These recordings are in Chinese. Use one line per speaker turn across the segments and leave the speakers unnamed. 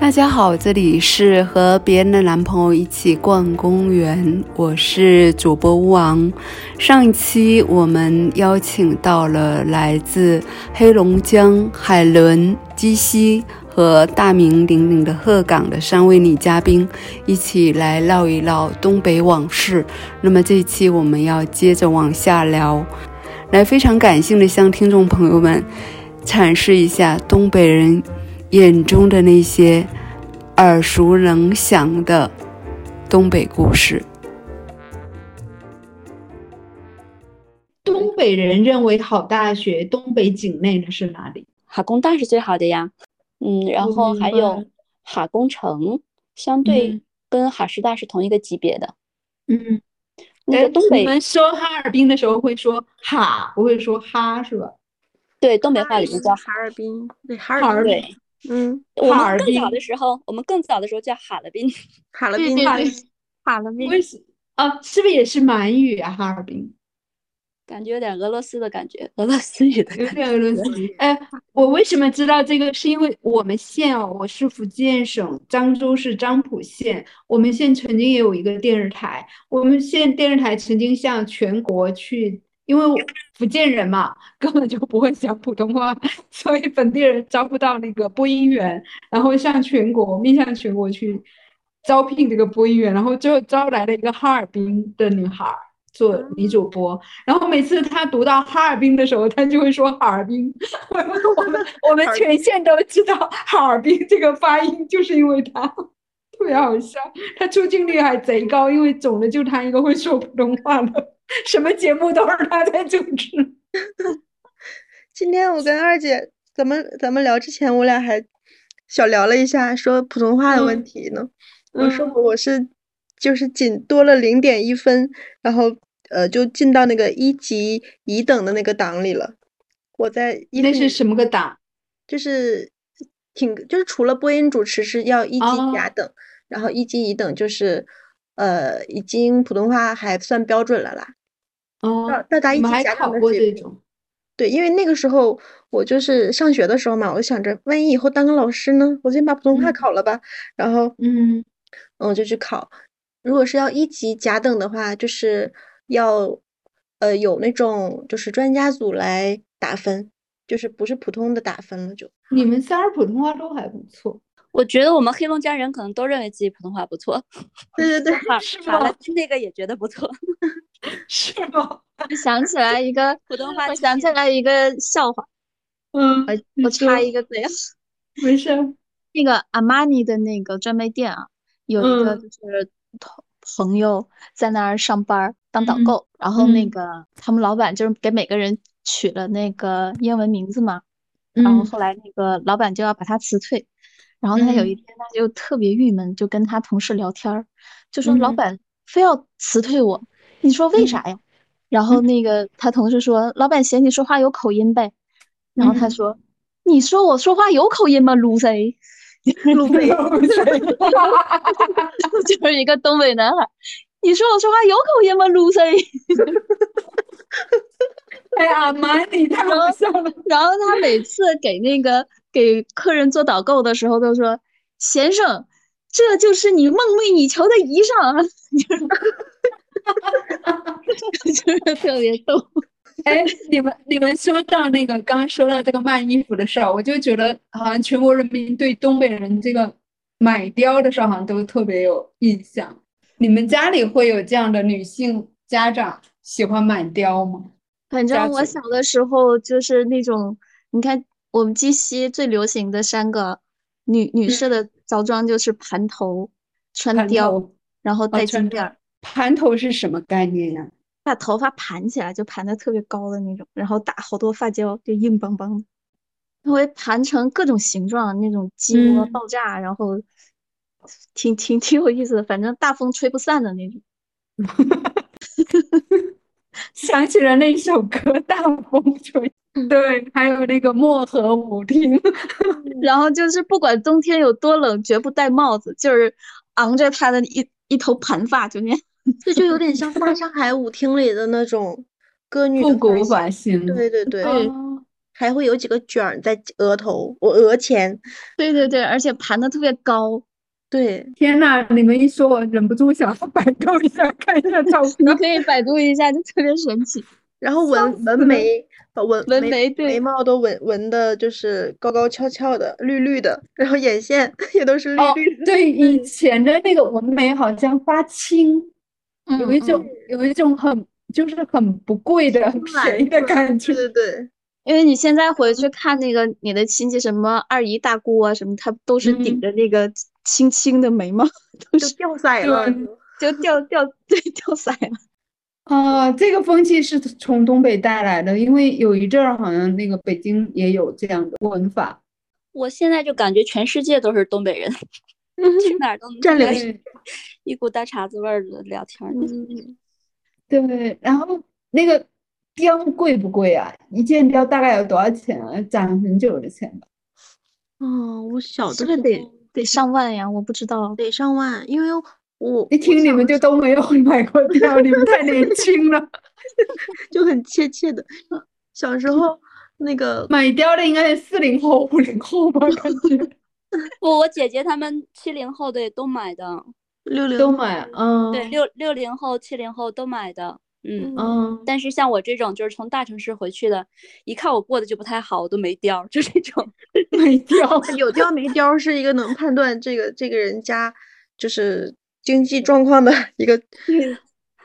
大家好，这里是和别人的男朋友一起逛公园，我是主播吴昂。上一期我们邀请到了来自黑龙江海伦、鸡西和大名鼎鼎的鹤岗的三位女嘉宾，一起来唠一唠东北往事。那么这一期我们要接着往下聊，来非常感性的向听众朋友们阐释一下东北人眼中的那些耳熟能详的东北故事。
东北人认为好大学，东北境内的是哪里？
哈工大是最好的呀，嗯，然
哦
我
后
明
还
白
有哈工程，相对
嗯
跟哈师大是同一个级别的。
嗯，
那
哎
个东
你
北，
们说哈尔滨的时候会说哈，不会说哈是吧？
对，东北
哈
话里
尔
面
滨
叫
哈尔滨，对哈
哈
尔
尔
滨，
滨
对，
嗯，
我
哈尔
们更早
滨
的时候，我们更早的时候叫哈尔 滨，
哈尔
对
滨
对
哈尔
对
滨，哈尔滨，
为什啊？是不是也是满语啊？哈尔滨
感觉有点俄罗斯的感觉，俄罗斯语的
有
感觉。
点俄罗斯语。哎，我为什么知道这个？是因为我们县哦，我是福建省漳州市漳浦县，我们县曾经也有一个电视台，我们县电视台曾经向全国去。因为我福建人嘛，根本就不会讲普通话， 所以本地人招不到那个播音员，然后向全国面向全国去招聘这个播音员，然后最后招来了一个哈尔滨的女孩儿做女主播，然后每次她读到哈尔滨的时候，她就会说哈尔滨， 我们我们我们
哈尔
全县都知道哈尔滨这个发音，就是因为她。特别好笑，她出镜率还贼高，因为总的就她一个会说普通话的，什么节目都是她在主持。
今天我跟二姐，咱们咱们聊之前，我俩还小聊了一下，说普通话的问
嗯
题呢。我说
嗯
我我是就是仅多了零点一分，然后呃就进到那个一级乙等的那个档里了。我在一
那
分
是什么个档？
就是挺就是除了播音主持是要一级
哦
甲等，然后一级乙等就是呃已经普通话还算标准了啦。
哦，
到到达
我
一
们
级
还
甲
考
等的
过
水
这
平
种。
对，因为那个时候我就是上学的时候嘛，我就想着万一以后当个老师呢，我先把普通话
嗯
考了吧。然后，
嗯，
嗯，我就去考。如果是要一级甲等的话，就是要呃有那种就是专家组来打分，就是不是普通的打分了就。
你们仨儿普通话都还不错，
我觉得我们黑龙江人可能都认为自己普通话 不错，
对对对，
哈
是
哈尔
吗
滨那个也觉得不错。
是吗？
我 想起来一个，
普通话
我
体
想起
系
来一个笑话，
嗯，
我
你
我
说
插一个嘴啊，
没事儿。
那个阿玛尼的那个专卖店啊，有一个
嗯
就是同朋友在那儿上班儿当导
嗯
购，然后那
嗯
个他们老板就是给每个人取了那个英文名字嘛，然后
嗯
后来那个老板就要把他辞退，然后他有
嗯
一天他就特别郁闷，就跟他同事聊天儿，就说老
嗯
板非要辞退我，你说为
嗯
啥呀？然后那个他同事说老板嫌你说话有口音呗，然后他
嗯
说你说我说话有口音吗，loser？
路飞
就是一个东北男孩，你说我说话有口音吗，loser？
哎呀，蛮你太好笑了。
然后他每次给那个给客人做导购的时候都说：“先生，这就是你梦寐以求的衣裳啊！” 就是就是特别逗。
哎，你们你们说到那个刚刚说到这个卖衣服的事儿，我就觉得好像全国人民对东北人这个买貂的事儿好像都特别有印象。你们家里会有这样的女性家长喜欢买貂吗？
反
家
正我
族
小的时候就是那种，你看我们鸡西最流行的三个女女士的着装就是盘头、穿
盘
貂，
头
然后
啊，
戴
穿
金链
貂
儿，
盘头是什么概念呀、
把头发盘起来，就盘的特别高的那种，然后打好多发胶，就硬邦邦的，它会盘成各种形状，那种鸡窝
嗯
爆炸，然后挺挺挺有意思的，反正大风吹不散的那种。
想起了那首歌《大风吹》， 对，还有那个漠河舞 厅，
然后就是不管冬天有多冷，绝不戴帽子，就是昂着他的一一头盘发，就那样。
这就有点像大上海舞厅里的那种歌女
复
的
古
发
发型，
型，对对对，
哦
还会有几个卷儿在额头，我额前，
对对对，而且盘的特别高，
对，
天呐，你们一说，我忍不住想要百 度一下，看一下照
你
片。哦
可以百度一下，就特别神奇。
然后
笑
纹纹
死了
眉，把纹
纹
眉
眉对
眉毛都纹纹的，就是高高翘翘的，绿绿的，然后眼线 也都是绿
哦
绿的，
对，以前的那个纹眉好像发青，有一种有一种很就是很不贵的、很
蓝
便宜的
色
感觉
对。对对，
因为你现在回去看那个你的亲戚，什么二姨、大姑啊，什么，她都是顶
嗯
着那个青青的眉毛， 都
就是掉色了
对
就。
就掉掉 对掉色了。
啊，这个风气是从东北带来的，因为有一阵儿好像那个北京也有这样的纹法。
我现在就感觉全世界都是东北人，去哪儿都能
占领
听到
对
一股大碴子味儿的聊天儿。
嗯，
对，然后那个貂贵不贵啊？一件貂大概有多少钱啊？攒很久的钱吧。
嗯，我小的
这
时
个得
候
得上万呀，我不知道。
得上万，因为我我
一听你们就都没有买过 貂，你们太年轻了。
就很切切的，小时候那个
买貂的应该是四零后、五零后 吧，感觉
我我姐姐她们七零后的也都买的，
六零
都买，嗯，
对，六六零后、七零后都买的，嗯。
嗯，
但是像我这种就是从大城市回去的，一看我过得就不太好，我都没貂儿，就这种。
买貂，
有貂没貂是一个能判断这个这个人家就是经济状况的一个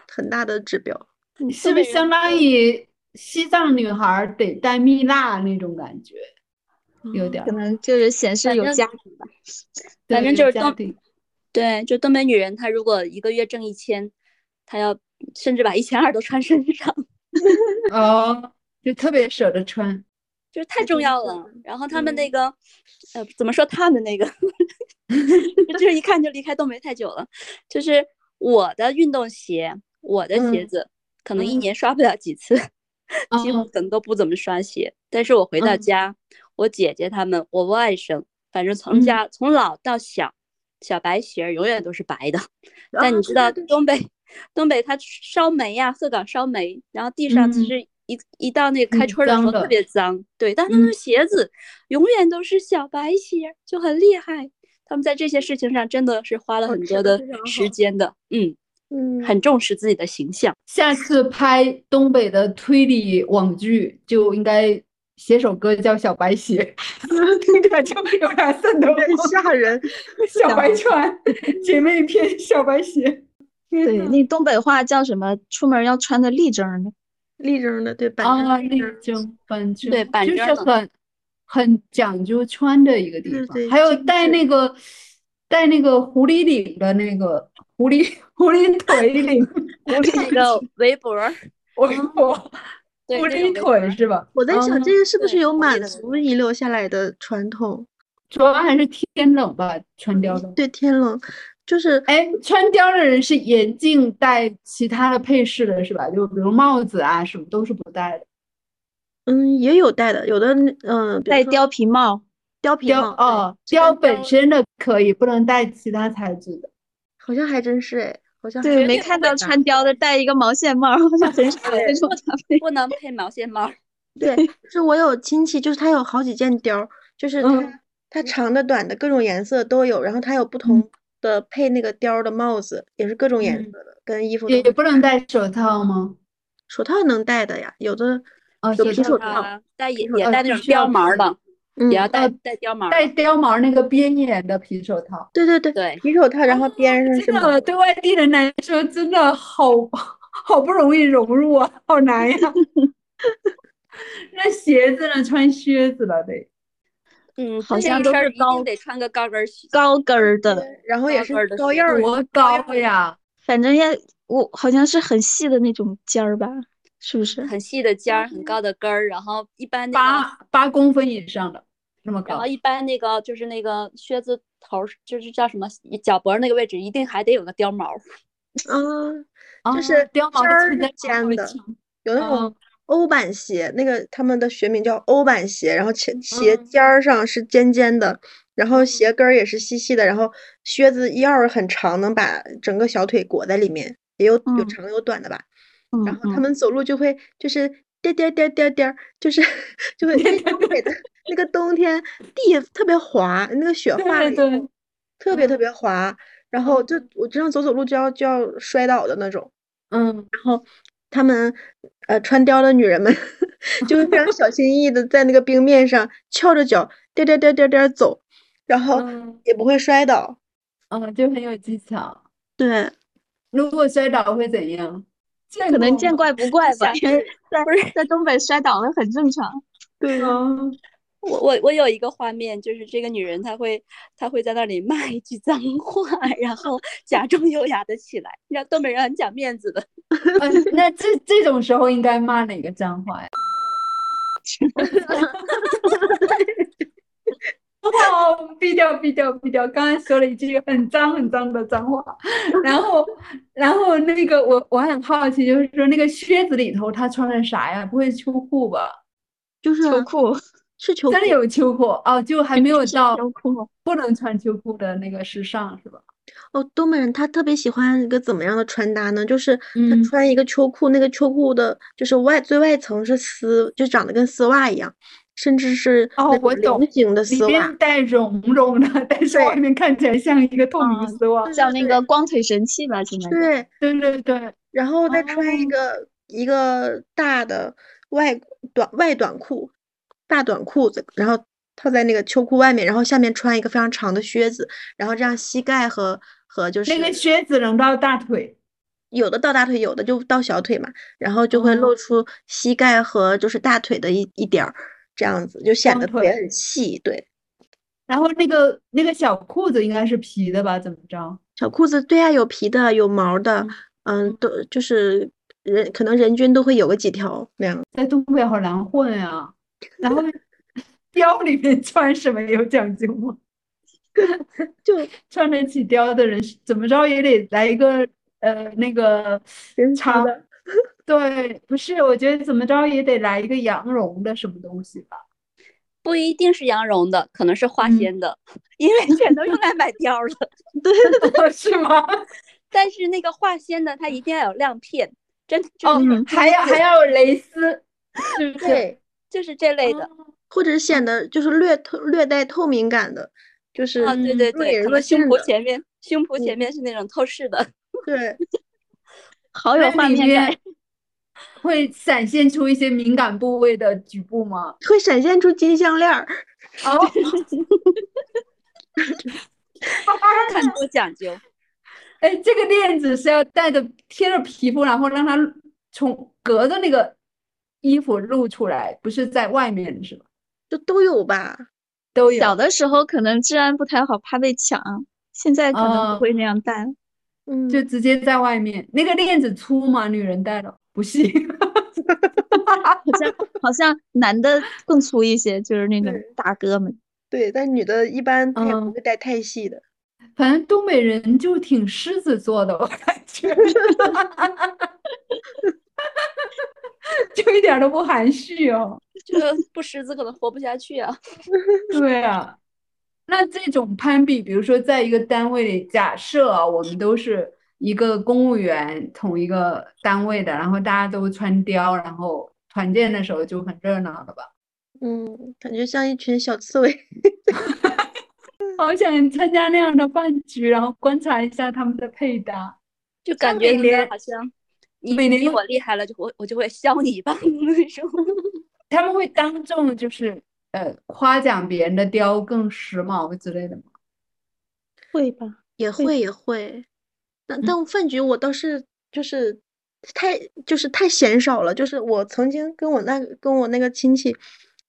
很大的指标。
是不是相当于西藏女孩儿得戴蜜蜡那种感觉？
嗯
有点
可
儿，
能就是显示
反
有
正
家底吧。
反
对
正就是
家
东
底
对，就东北女人，她如果一个月挣一千，她要甚至把一千二都穿身上，
哦，就特别舍得穿。
就是太重
对
要
对
了。然后他们那个，呃，怎么说他们那个， 就是一看就离开东北太久了。就是我的运动鞋，我的鞋
嗯
子，可能一
嗯
年刷不了几次，几乎
哦
可能都不怎么刷鞋。但是我回到
嗯
家，我姐姐她们，我外甥，反正从
嗯
家、从老到小，小白鞋儿永远都是白
啊
的。但你知道东北，东北它烧煤呀、鹤岗烧煤，然后地上其
嗯
实一、一到那个开
很
春儿的时
脏
候特
的
别脏，对，但他们
嗯
鞋子永远都是小白鞋，就很厉害。他们在这些事情上真的是花了
保
很
持
多
得
的
非常好
时间的，嗯，
嗯，
很重视自己的形象。
下次拍东北的推理网剧，就应该写首歌叫《小白鞋》， 听着就有点渗透
有点吓人。
小白船姐妹篇小白鞋，天
对，
呐
那东北话叫什么？出门要穿的立正儿呢？
立正的，对，板
啊，
正
那
正儿
正板正，
对板
就
正
是
的
很很讲究穿的一个地
对
方，
对
还有
这个
戴
是
那个戴那个狐狸领的那个狐狸狐狸腿领，狐狸
那个围脖儿，
围脖，
对，
狐
那
狸
种围脖
腿
儿
是吧？
我在想，这
嗯
个是不是
对
有
我也
满
是
族遗留下来的传统？
主要还是天冷吧，穿貂的。
对，天冷，就是
哎，穿貂的人是严禁戴其他的配饰的，是吧？就比如帽子啊，什么都是不戴的。
嗯，也有戴的，有的嗯，比如
戴
说
貂皮帽，
貂皮
貂
帽，对
哦，
这个
貂本身的可以，不能带其他材质的。
好像还真是哎，好像还
对，
真
没
是
看
会
到
戴
穿貂的，戴一个毛线帽，我就很少
对
这种搭配。
不能配毛线帽儿，
对，就是我有亲戚，就是他有好几件貂儿，就是他
嗯
他长的、短的各种颜色都有，然后他有不同的配那个貂儿的帽子，也是各种颜
嗯
色的，跟衣服
也
都会
不能戴手套吗？
手套能戴的呀，有的
啊，
有皮
手
手
套
套，
啊，戴也
手
也
套
戴
必
那种
须要
貂毛儿
配
的，
嗯
也，要戴
呃
戴貂毛儿
戴
的。
貂毛那个边沿的皮手套。
对对对，
对
皮手套，然
哦
后边上是
真
吗？
的，对外地人来说，真的好好不容易融入啊，好难呀。 那鞋子呢？穿靴子了得。
嗯，
好
这
像
一
都
身
是
儿一定
高
得穿个高跟儿鞋。
高跟儿的，
然后也
高
是
跟儿的
高
鞋
腰儿，
多高呀？
反正也我好像是很细的那种尖儿吧，是不是？
很细的尖儿，很高的根儿，然后一般那个，
八八公分以上的，那么
然
高
后。一般那个就是那个靴子头儿，就是叫什么脚脖儿那个位置，一定还得有个貂毛儿。
嗯，
啊
是
貂毛
尖儿
的
是
存在感会
尖的
强
有那种
嗯
欧版鞋，那个他们的学名叫欧版鞋，然后前鞋
嗯
尖儿上是尖尖的，然后鞋跟儿也是细细的，然后靴子腰儿很长，能把整个小腿裹在里面，也有有
嗯
长有短的吧。
嗯
然后他
嗯
们走路就会就是颠颠颠颠颠，就是就会因为东北的那个冬天地也特别滑，那个雪化了
对
以
对
后，特别特
嗯
别滑，然后就我经常走走路就要就要摔倒的那种。
嗯，
他们呃穿貂的女人们 就会非常小心翼翼的在那个冰面上翘着脚颠颠颠颠颠走，然后
嗯
也不会摔倒。
嗯，就很有技巧。
对，
如果摔倒会怎样？
可能见怪不怪吧，
想
因为在
不是
在东北摔倒了很正常。
对
哦，
我我我有一个画面，就是这个女人她会她会在那里骂一句脏话，然后假装优雅的起来。你知道东北人很讲面子的，
嗯，那这这种时候应该骂哪个脏话呀？ 好，我们毙掉，毙掉，毙掉！刚才说了一句很脏很脏的脏话，然后，然后那个我我很好奇，就是说那个靴子里头她穿的啥呀？不会秋裤吧？
就是
秋
啊
裤，
是秋
真的
裤
有秋裤哦，就还没有到
秋裤
不能穿秋裤的那个时尚是吧？
哦，东北人他特别喜欢一个怎么样的穿搭呢？就是他
嗯
穿一个秋裤，那个秋裤的就是外最外层是丝，就长得跟丝袜一样，甚至是
哦
那种
我懂
菱形的
里
丝袜
边。带绒绒的，但是
对
外面看起来像一个透明
嗯
丝袜。
叫那个光腿神器吧，现在叫
对，
对对对，
然后再穿一
哦
个一个大的外短外短裤，大短裤子，然后套在那个秋裤外面，然后下面穿一个非常长的靴子，然后这样膝盖和和就是
那个靴子能到大腿。
有的到大腿，有的就到小腿嘛，然后就会露
哦
出膝盖和就是大腿的一一点儿，这样子就显
双
得腿
腿
很细。对，
然后那个那个小裤子应该是皮的吧？怎么着？
小裤子，对啊，有皮的，有毛儿的，嗯，都就是人可能人均都会有个几条那样。
在东北好难混啊。然后 貂里面穿什么有讲究吗？
就
穿得起貂的人是怎么着也得来一个呃那个
人丝
长
的。
对，不是，我觉得怎么着也得来一个羊绒的什么东西吧。
不一定是羊绒的，可能是化
嗯
纤的，因为全都用来买貂儿了。
是吗？
但是那个化纤的，它一定要有亮片，真就
哦
是那种，
还要还要有蕾丝，是不是？
对，
就是这类的。
哦
或者是显得就是略透略带透明感的，就是
啊，对对
若隐
对，可
若
能胸
现
脯
的
前面，胸脯
嗯
前面是那种透视的。
对，
好有
那
画
里
面感。
面会闪现出一些敏感部位的局 部吗？
会闪现出金项链儿。
哦，
看多讲究，
哎，这个链子是要戴着贴着皮肤，然后让它从隔着那个衣服露出来，不是在外面是吧？
就都有吧，
都有
小的时候可能治安不太好，怕被抢，现在可能
哦
不会那样戴了。
嗯，
就直接在外面。那个链子粗吗？女人戴了不行。
好像好像男的更粗一些，就是那种
对
大哥们。
对，但女的一般她也不
嗯
会戴太细的，
反正东北人就挺狮子座的，我 感觉，就一点儿都不含蓄哦。
就不识字可能活不下去啊。
对啊，那这种攀比，比如说在一个单位里，假设啊，我们都是一个公务员，同一个单位的，然后大家都穿貂，然后团建的时候就很热闹了吧？
嗯，感觉像一群小刺猬。
好想参加那样的饭局，然后观察一下他们的配搭。
就
像
感觉
每
你们
年
好像你
每
你
年
比
用
我厉害了，就我我就会削你一棒那 种。
他们会当众就是呃夸奖别人的貂更时髦之类的吗？
会吧？
也
会
会也会，但
嗯
但饭局我倒是就是太就是太嫌少了。就是我曾经跟我那个跟我那个亲戚，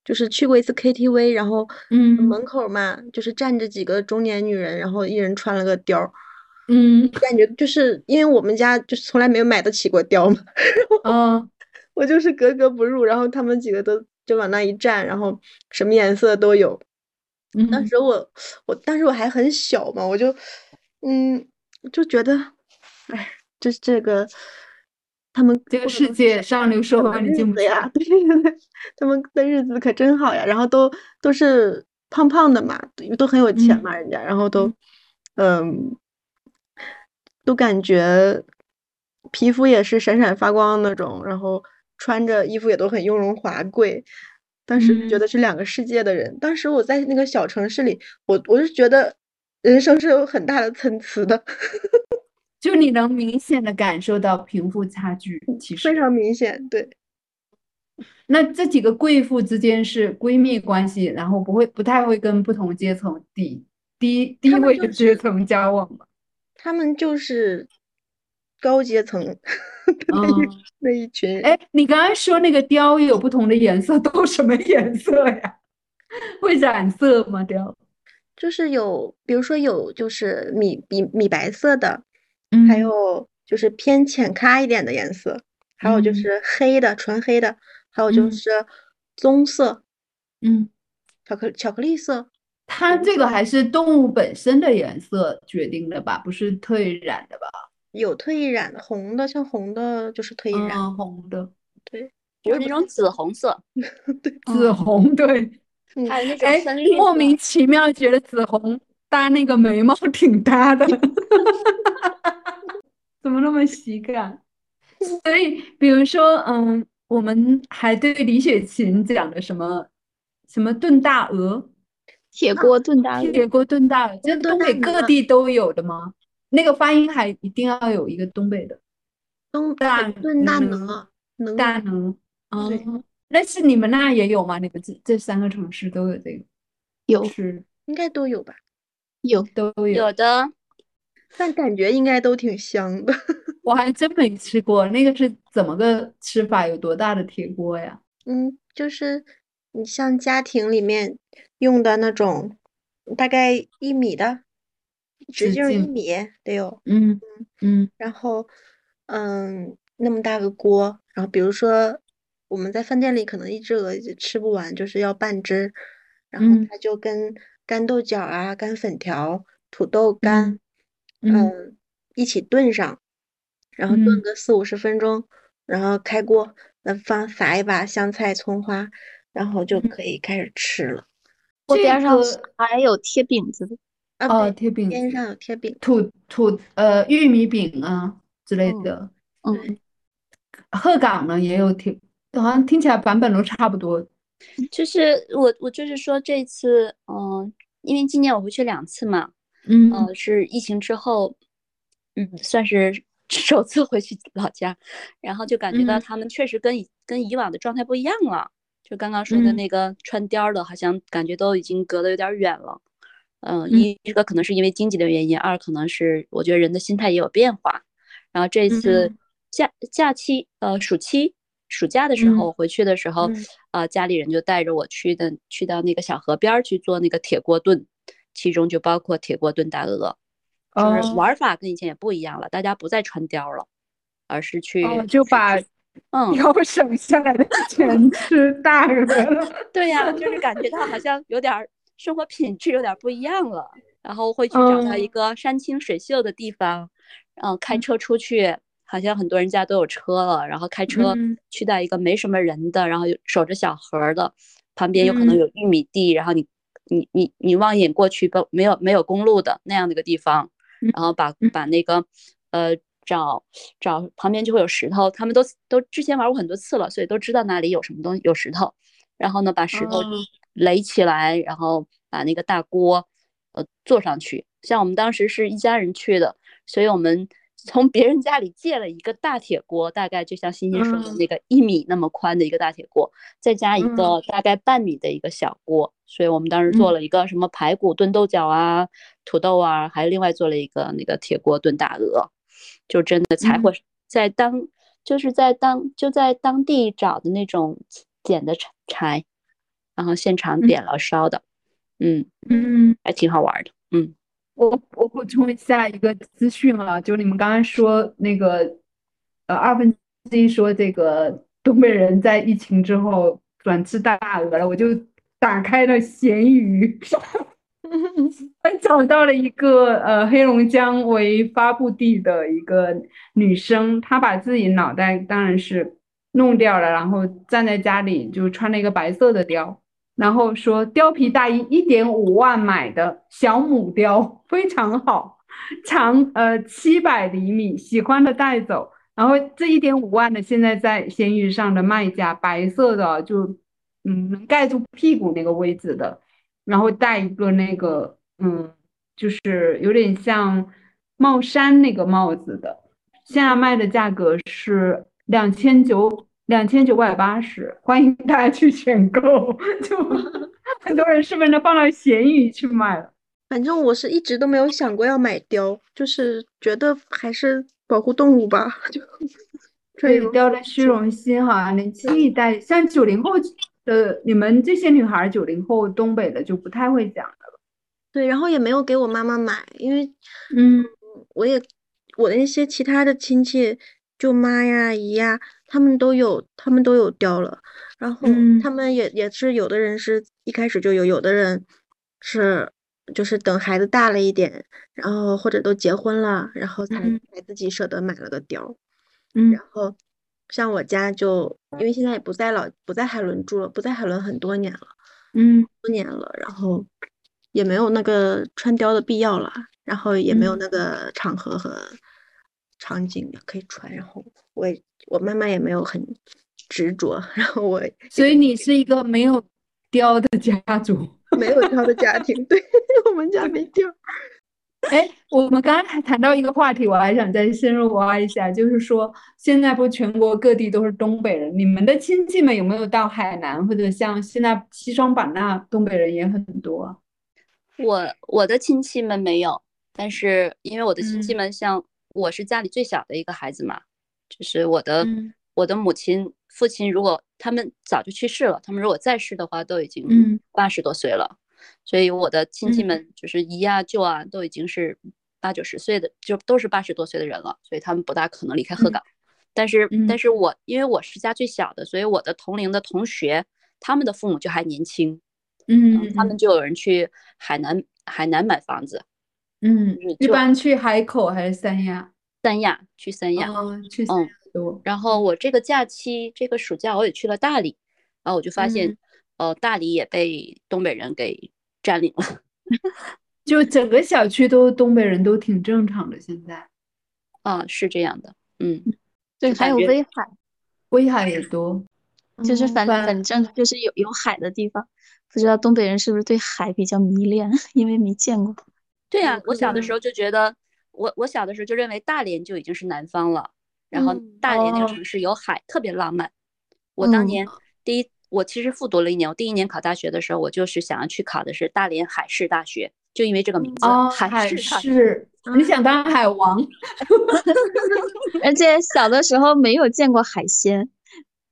就是去过一次 KTV，然后
嗯
门口嘛，就是站着几个中年女人，然后一人穿了个貂儿，
嗯
感觉就是因为我们家就是从来没有买得起过貂嘛，
嗯，
我就是格格不入。然后他们几个都就往那一站，然后什么颜色都有。当
嗯，
时我我当时我还很小嘛，我就嗯就觉得，哎，这这个他们
这个
过
世
的
界上流社
什么
会哦你
日
进不
子
去。
呀？ 对对对，他们的日子可真好呀，然后都都是胖胖的嘛，都很有钱
嗯
嘛，人嗯家，然后都嗯都感觉皮肤也是闪闪发光那种，然后穿着衣服也都很雍容华贵。当时
嗯
觉得是两个世界的人。当时我在那个小城市里，我我是觉得人生是有很大的参差的，
就你能明显的感受到贫富差距，其实
非常明显。对，
那这几个贵妇之间是闺蜜关系，然后不会不太会跟不同阶层低低低
她们
位
就
的
是
阶层交往吧？
他们就是高阶层的那一、
嗯，
那一群人。
哎，你刚刚说那个貂有不同的颜色， 都什么颜色呀？ 会染色吗？貂？
就是有，比如说有就是米米米白色的，还
嗯
有就是偏浅咖一点的颜色，还有就
嗯
是黑的，纯黑的，还有就
嗯
是棕色、
嗯，
巧克巧克力色。
它这个还是动物本身的颜色决定的吧，不是特意染的吧？
有特意染的，红的，像红的就是特意染，
嗯，红的，
就是那种紫红色，
紫红，对，
嗯
还有那种
哎
深绿，
莫名其妙觉得紫红搭那个眉毛挺搭 的，怎么那么喜感？所以，比如说，嗯，我们还对李雪琴讲的什么什么炖大鹅，
铁锅炖大鹅，
铁锅炖大鹅，这
那炖
东北
啊大鹅
各
啊
地都有的吗？那个发音还一定要有一个东北的
东
大
炖大
鹅
鹅，能
大鹅，
嗯对
哦，但是你们那也有吗？你们这这三个城市都有这个
有
吃
应该都有吧，
有
都有，
有的
但感觉应该都挺香的。
我还真没吃过，那个是怎么个吃法？有多大的铁锅呀？
嗯，就是你像家庭里面用的那种，大概一米的，直
直
径一
径
米得有，
嗯嗯
然后嗯，那么大个锅，然后比如说我们在饭店里可能一只鹅就吃不完，就是要半只，然后
嗯
它就跟干豆角啊、干粉条、土豆干，
嗯
嗯，一起炖上，然后炖
嗯
个四五十分钟，然后开锅，那放撒一把香菜、葱花，然后就
嗯
可以开始吃了。
我
这
边上
个
是还有贴饼子的，
啊，不
哦，
对，
贴饼
边
子
上有贴饼，
土土呃玉米饼啊之类
嗯
的，
嗯，
鹤岗呢也有铁，好像听起来版本都差不多。
就是我我就是说这次，嗯、因为今年我回去两次嘛，
嗯
呃，是疫情之后，嗯，算是 首次回去老家，然后就感觉到
嗯
他们确实跟以、跟以往的状态不一样了。就刚刚说的
嗯
那个穿貂儿的，好像感觉都已经隔得有点儿远了。嗯、一一个可能是因为经济的原因，二可能是我觉得人的心态也有变化。然后这次
嗯
假假期，呃，暑期暑假的时
嗯
候，我回去的时候，
嗯
呃，家里人就带着我去的去到那个小河边儿去做那个铁锅炖，其中就包括铁锅炖大鹅，就是
哦
玩儿法跟以前也不一样了，大家不再穿貂了，而是去
哦，就把
嗯，
要省下来的钱吃大鹅 了。
对呀、 就是感觉到好像有点儿生活品质有点儿不一样了，然后会去找到一
嗯
个山清水秀的地方，嗯、开车出去，好像很多人家都有车了，然后开车
嗯
去到一个没什么人的，然后有守着小河儿的，旁边有可能
嗯
有玉米地，然后你你你你望一眼过去不没有没有公路的那样的一个地方，
嗯
然后把
嗯
把那个呃。找找旁边就会有石头，他们都都之前玩过很多次了，所以都知道哪里有什么东西有石头。然后呢，把石头
哦
垒起来，然后把那个大锅呃做上去。像我们当时是一家人去的，所以我们从别人家里借了一个大铁锅，大概就像欣欣说的
嗯
那个一米那么宽的一个大铁锅，再加一个大概半米的一个小锅。所以我们当时做
嗯
了一个什么排骨炖豆角啊、土豆啊，还另外做了一个那个铁锅炖大鹅，就真的才
嗯
会在当就是在当就在当地找的那种捡的柴柴，然后现场
嗯
点了烧的，嗯，
嗯，
还挺好玩的，嗯
我我补充一下一个资讯啊，就你们刚才说那个，呃，二分之一说这个东北人在疫情之后转吃大鹅了，我就打开了闲鱼， 还找到了一个呃黑龙江为发布地的一个女生，她把自己脑袋当然是弄掉了，然后站在家里就穿了一个白色的貂，然后说貂皮大衣一点五万买的小母 貂非常好，长呃七百厘米，喜欢的带走。然后这一点五万的现在在闲鱼上的卖价，白色的就嗯能盖住屁股那个位置的，然后带一个那个嗯就是有点像帽衫那个帽子的，现在卖的价格是两千九两千九百八十，欢迎大家去选购，就很多人是不是能放到闲鱼去卖了？
反正我是一直都没有想过要买貂，就是觉得还是保护动物吧， 就
对貂的虚荣心哈，年轻一代像九零后的你们这些女孩，九零后东北的就不太会讲的了。
对，然后也没有给我妈妈买，因为
嗯，
我也我的那些其他的亲戚舅妈呀、姨呀，他们都有，他们都有貂了，然后
嗯
他们也也是有的人是一开始就有，有的人是就是等孩子大了一点，然后或者都结婚了，然后才
嗯
才自己舍得买了个貂。
嗯
然后像我家就因为现在也不在老不在海伦住了，不在海伦很多年了，
嗯
多年了，然后也没有那个穿貂的必要了，然后也没有
嗯
那个场合和场景可以穿，然后我也我妈妈也没有很执着， 然后我也
所以你是一个没有貂的家族。
没有貂的家庭， 对我们家没貂。
哎，我们刚才谈到一个话题，我还想再深入挖一下，就是说现在不是全国各地都是东北人，你们的亲戚们有没有到海南或者像现在西双版纳东北人也很多啊？
我我的亲戚们没有，但是因为我的亲戚
嗯
们像我是家里最小的一个孩子嘛，就是我的
嗯
我的母亲、父亲，如果他们早就去世了，他们如果在世的话，都已经
嗯
八十多岁了，所以我的亲戚
嗯
们就是姨啊、舅啊，都已经是八九十岁的，就都是八十多岁的人了，所以他们不大可能离开鹤
嗯
岗。但是，但
嗯
是我因为我是家最小的，所以我的同龄的同学，他们的父母就还年轻，
嗯
嗯，他们就有人去海南海南买房子，
嗯，
就是
一
就
般去海口还是三亚？
三亚去三亚，
嗯，去三
嗯，
亚多。
然后我这个假期这个暑假我也去了大理，然后我就发现，呃，大理也被东北人给占领了
就整个小区都东北人都挺正常的，现在
啊，是这样的，嗯，
对，
就
还
感
有
觉
威海，
威海也多。
就是
嗯
反
反
反正就是有有海的地方，不知道东北人是不是对海比较迷恋， 因为没见过。
对
有
呀，我
可
小的时
能
候就觉得，我我小的时候就认为大连就已经是南方了，然后
嗯
大连那个
哦
城市有海，特别浪漫。我当
嗯
年第一，我其实复读了一年，我第一年考大学的时候，我就是想要去考的是大连海事大学，就因为这个名字，
哦，
啊海嗯
海
事大学。
事，你想当海王？
而且小的时候没有见过海鲜，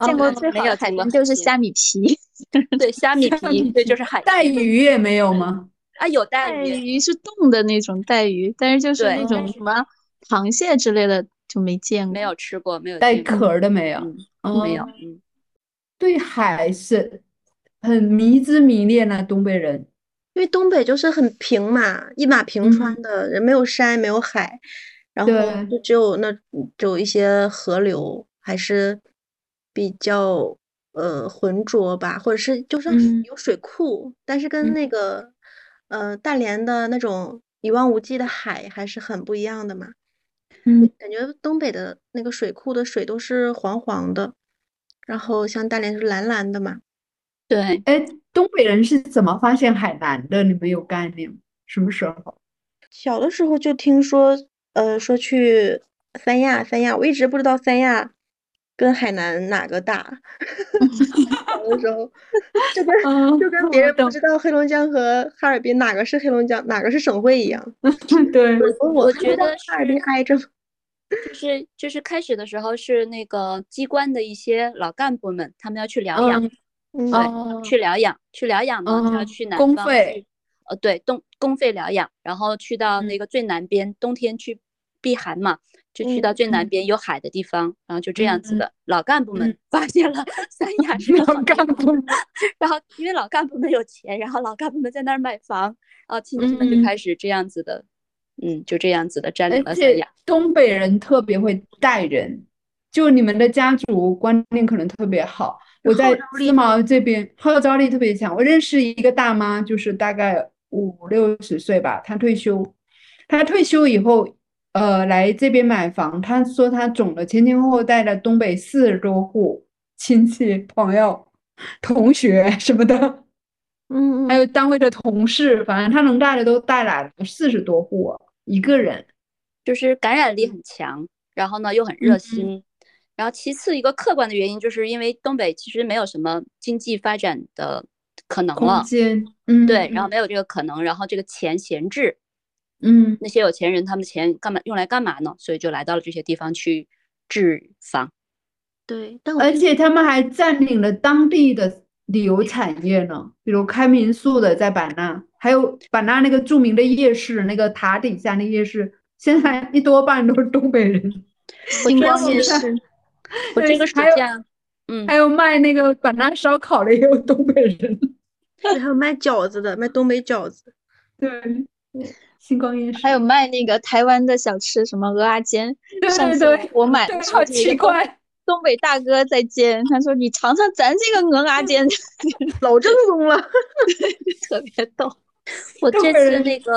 见过
对
最
哦没
好
有
的海
见
鲜
过海
就是
鲜
虾米皮，
对，虾米
虾米
皮，对，就
皮
是海
带
鲜
鱼也没有吗？
啊，有带
带
鱼，
鱼是冻的那种带鱼，但是就是
对
那
但
种
是
什么螃蟹之类的就没见
没
过。
有吃过，没有
带
见过，
壳儿的没有？
嗯，没有，
哦，
嗯，
对海是很迷之迷恋的东北人。
因为东北就是很平嘛，一马平川
嗯
的，人没有山，没有海，然后
对
就只有那只有一些河流，还是比较呃浑浊吧，或者是就算是
嗯
有水库，但是跟
嗯
那个呃大连的那种一望无际的海还是很不一样的嘛。
嗯
感觉东北的那个水库的水都是黄黄的，然后像大连是蓝蓝的嘛。
对，
哎，东北人是怎么发现海南的？你们有概念吗？什么时候？
小的时候就听说，呃，说去三亚，三亚，我一直不知道三亚跟海南哪个大。 小的时候就跟
嗯，
就跟别
我
人不
懂
知道黑龙江和哈尔滨哪个是黑龙江，哪个是省会一样。
对，
我
我
不
觉
知道
得
哈尔滨
是
挨着吗，
就是就是开始的时候是那个机关的一些老干部们，他们要去疗养，
嗯
嗯，
对，
哦
去疗养，去疗养呢就要
嗯
去南
公
方
费
去，呃，对，东公费疗养，然后去到那
嗯
个最南边，冬天去避寒嘛，就去到
嗯
最南
嗯
边有海的地方，然后就这样子
嗯
的，老干部们
嗯
发现了三亚是个
老
好地
干
方。
部们
然后因为老干部们有钱，然后老干部们在那儿买房，然后亲戚们就
嗯
开始这样子的，嗯，就这样子的占领
而
了三
且
亚。
东北人特别会带人，就你们的家族观念可能特别好。
就
我
号
在
召力
思茅这边号召力特别强，我认识一个大妈，就是大概五六十岁吧，她退休，她退休以后，呃，来这边买房，他说他总了前前后后带了东北四十多户亲戚、朋友、 同学什么的，
嗯嗯
还有单位的同事，反正他能带的都带来了四十多户一个人。
就是感染力很强，然后呢又很热
嗯
心。然后其次一个客观的原因，就是因为东北其实没有什么经济发展的可能
空
了，
间，嗯，
对，然后没有这个可能，然后这个钱闲置，
嗯，嗯
那些有钱人他们钱干嘛用来干嘛呢？所以就来到了这些地方去置房。
对，但我
而
听
且他们还占领了当地的旅游产业呢，比如开民宿的在版纳，还有版纳那个著名的夜市，那个塔底下那夜市，现在一多半都是东北人。
星光夜市，
我这
对
个暑
还有
假，嗯，
还有卖那个版纳烧烤的也有东北人，
还有卖饺子的，卖东北饺子。
对，星光夜市，
还有卖那个台湾的小吃，什么鹅啊煎。
对
上
对
次
对，
我买的
对，
时候
好
就有一个
奇
东
怪，
东北大哥在煎，他说你尝尝咱这个鹅啊煎，
老正宗了。
特别逗。
我
东
这
北
次
人
那个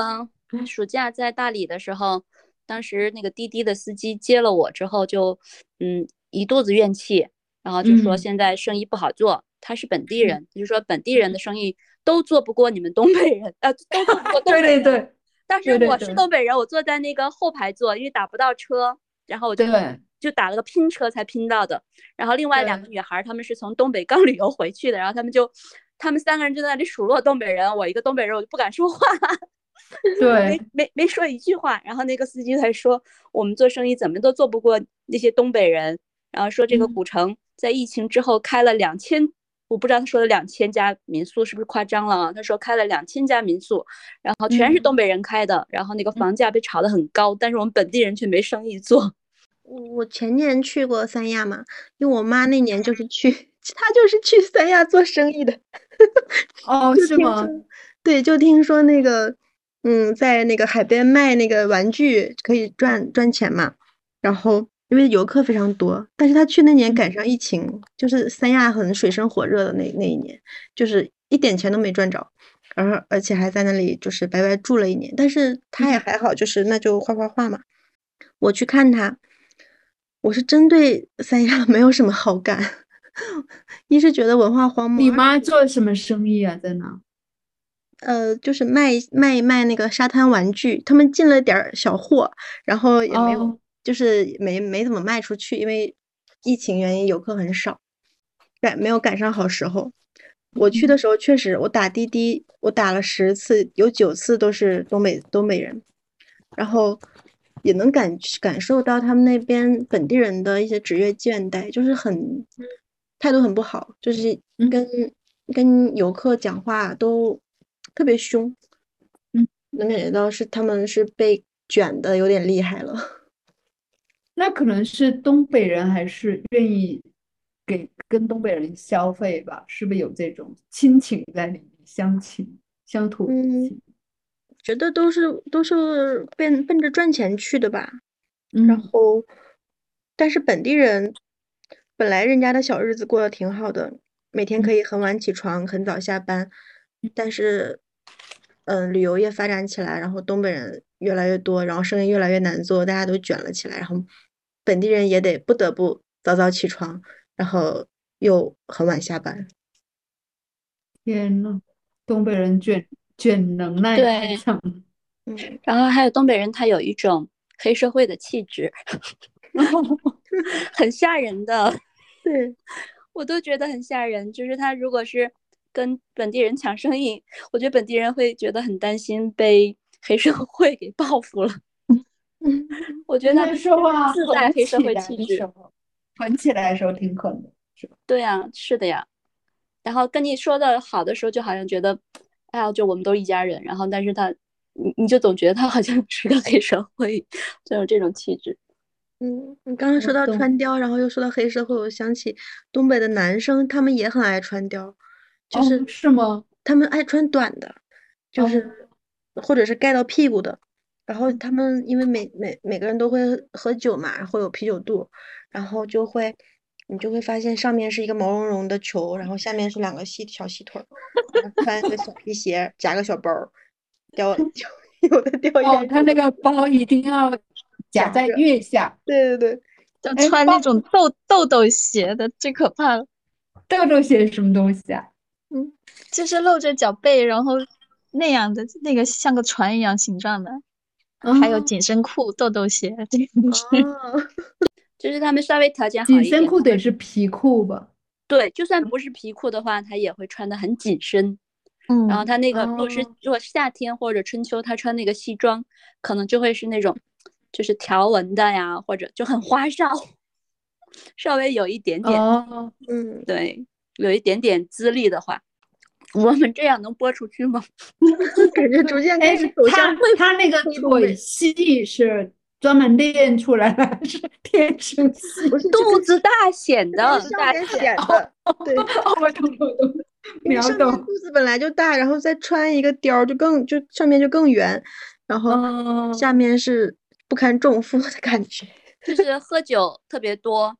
嗯
暑假在大理的时候，当时那个滴滴的司机接了我之后就，嗯一肚子怨气，然后就说
嗯
现在生意不好做，他是本地
嗯
人，就说本地人的生意都做不过你们东北人，呃，都做不过东
对
北
对
人。
对
当时
对对
我是
对
东北人，我坐在那个后排座，因为打不到车，然后我就
对，
就打了个拼车才拼到的。然后另外两
对
个女孩儿，她们是从东北 刚旅游回去的，然后她们就，她们三个人就在那里数落东北人，我一个东北人我就不敢说话，没
对，
没没说一句话。然后那个司机才说，我们做生意怎么都做不过那些东北人，然后说这个
嗯
古城在疫情之后开了两千。我不知道他说的两千家民宿是不是夸张了啊？他说开了两千家民宿，然后全是
嗯
东北人开的，然后那个房价被炒得很高，但是我们本地人却没生意做。
我我前年去过三亚嘛，因为我妈那年就是去， 她就是去三亚做生意的。
哦，
就是听
吗？
说对，就听说那个，嗯，在那个海边卖那个玩具可以赚赚钱嘛。然后因为游客非常多，但是他去那年赶上疫情，就是三亚很水深火热的那那一年，就是一点钱都没赚着，而而且还在那里就是白白住了一年。但是他也还好，就是那就画画画嘛。我去看他，我是针对三亚 没有什么好感，一是觉得文化荒漠，
你
二
妈做什么生意啊？在哪？
呃，就是卖卖卖那个沙滩玩具，他们进了点儿小货，然后也没有，
哦
就是没没怎么卖出去，因为疫情原因游客很少，赶没有赶上好时候。我去的时候确实，我打滴滴，我打了十次，有九次都是东北东北人，然后也能感感受到他们那边本地人的一些职业倦怠，就是很态度很不好，就是
嗯
跟跟游客讲话都特别凶，
嗯，
能感觉到是他们是被卷的有点厉害了。
那可能是东北人还是愿意给跟东北人消费吧？是不是有这种亲情在里面？乡情、乡土
嗯
情。
觉得都是都是奔奔着赚钱去的吧，然
嗯，
后，但是本地人本来人家的小日子过得挺好的，每天
嗯
可以很晚起床，很早下班，但是，嗯、旅游业发展起来，然后东北人越来越多，然后生意越来越难做，大家都卷了起来，然后本地人也得不得不早早起床，然后又很晚下班。
天呐，东北人卷卷能耐太
对
强了。
嗯，
然后还有东北人，他有一种黑社会的气 质，很吓 人的，
对，
我都觉得很吓人。就是他如果是跟本地人抢生意，我觉得本地人会觉得很担心被黑社会给报复了。
嗯，
我觉得他 们
说话
自带
狠
黑社
起
会
来
气
的
质
时候，狠起来的时候挺狠的，是吧？
对呀，是的呀。然后跟你说的好的时候，就好像觉得，哎呀，就我们都是一家人。然后，但是他，你你就总觉得他好像 是个黑社会，就有这种气质。
嗯，你刚才说
我
到
懂
穿貂，然后又说到黑社会，我想起东北的男生，他们也很爱穿貂，就
哦
是
是吗？
他们爱穿短的，就
哦
是或者是盖到屁股的。然后他们因为每每每个人都会喝酒嘛，然后有啤酒肚，然后就会你就会发现上面是一个毛茸茸的球，然后下面是两个细小细腿儿，然后穿一个小皮鞋儿，夹个小包儿，貂有的貂
哦，
也
他那个包一定要夹在腋下。
对对对，
就
哎
穿
包
那种豆豆豆鞋的最可怕了，
豆豆鞋是什么东西啊？
就是露着脚背，然后那样的那个像个船一样形状的，还有
哦
紧身裤、豆豆鞋，这个东西
哦，
就是他们稍微条件好
紧
一点
身，裤得是皮裤吧？
对，就算不是皮裤的话，他也会穿的很紧身。
嗯，
然后他那个如果是
哦
如果夏天或者春秋，他穿那个西装，可能就会是那种就是条纹的呀，或者就很花哨， 稍微有一点点
哦，
嗯，
对，有一点点资历的话，我们这样能播出去吗？
感觉逐渐开
哎
始走，
他
向
他那个
推动
腿
美
细是专门练出来的， 还是天生细。
不是这
肚
跟
子大显
这
得
跟上
大
面
显
显的，对，
哦，我懂，我懂，
因为
秒
上面
懂。
裤子本来就大，然后再穿一个貂儿就更就上面就更圆，然后
嗯，
下面是不堪重负的感觉。
就是喝酒特别多，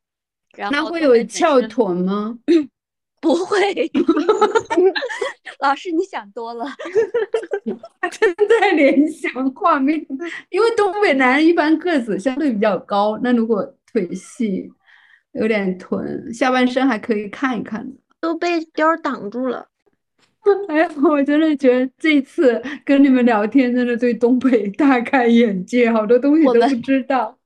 然
那
后
会
特
有
别紧
翘
身
臀吗？
不会， 老师你想多了。
正在联想画面， 因为东北男人一般个子相对比较高，那如果腿细，有点臀，下半身还可以看一看的。
都被貂儿挡住了。
哎呀，我真的觉得这次跟你们聊天，真的对东北大开眼界，好多东西
我
都
们
不知道。嗯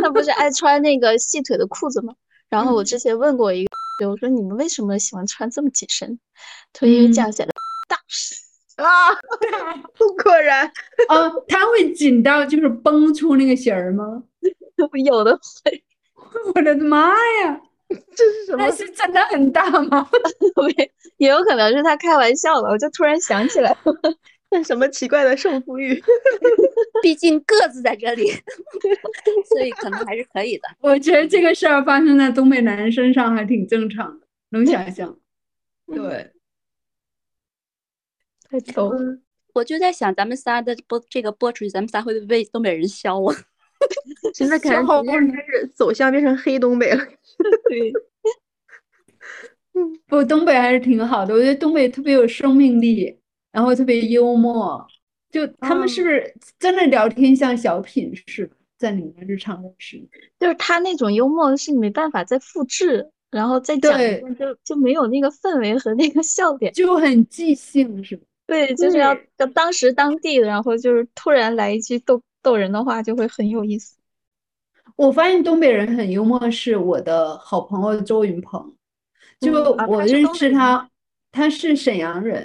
他不是爱穿那个细腿的裤子吗？然后我之前问过一个，我说你们为什么喜欢穿这么紧身？他说因
嗯
为这样显得大。
啊， 果然，
哦，他会紧到就是绷出那个弦儿吗？
有的会，
我的妈呀，
这是什么
那？是真的很大吗？
也有可能是他开玩笑了。我就突然想起来，
这什么奇怪的胜负欲？
毕竟个子在这里， 所以可能还是可以的。
我觉得这个事儿发生在东北男人身上还挺正常的，能想 象。对，
太逗了。
嗯，
我就在想，咱们仨的播这个播出去，咱们仨会不会被东北人削我？
现在感
消
觉
耗
逐渐
过呢
开始走向变成黑东北了。
对，
不，东北还是挺好的，我觉得东北特别有生命力，然后特别幽默，就他们是不
嗯
是真的聊天像小品似的，在你们日常认识？
就是他那种幽默是你没办法再复制，然后再讲一
对
遍就就没有那个氛围和那个笑点。
就很即兴，是吧？
对，就是要
对
要当时当地的，然后就是突然来一句逗逗人的话，就会很有意思。
我发现东北人很幽默，是我的好朋友周云鹏，就
嗯啊
我
他是
认
东北
识
人
他，他是沈阳人，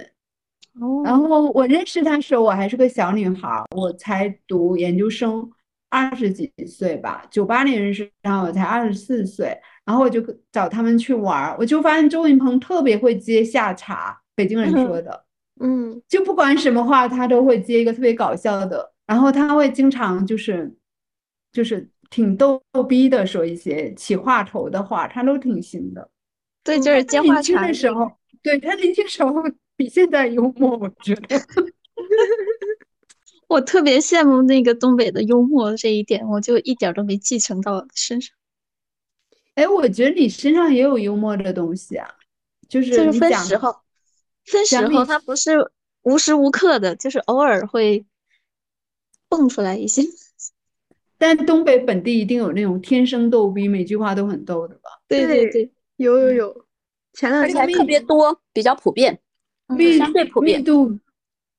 然
哦，
后我认识他的时候，我还是个小女孩儿，我才读研究生，二十几岁吧，九八年认识他，我才二十四岁。然后我就跟找他们去玩儿，我就发现周云鹏特别会接下茬，北京人说的，
嗯，
就不管什么话他都会接一个特别搞笑的，然后他会经常就是就是挺逗逼的说一些起话头的话，他都挺行的。
对，就是接
他
话
年轻
茬
的时候，对他年轻时候 比现在幽默，我觉得。
我特别羡慕那个东北的幽默这一点，我就一点儿都没继承到身上，
哎，我觉得你身上也有幽默的东西啊，就
就是是
你
分
讲
时候，分
讲
时
你
候它不是无时无刻的，就是偶尔会蹦出来一些。
但东北本地一定有那种天生逗逼，每句话都很逗的吧？
对
对
对，
有有有，前两
而且还
天
特别多，比较普遍。
密
相对普
密
遍
度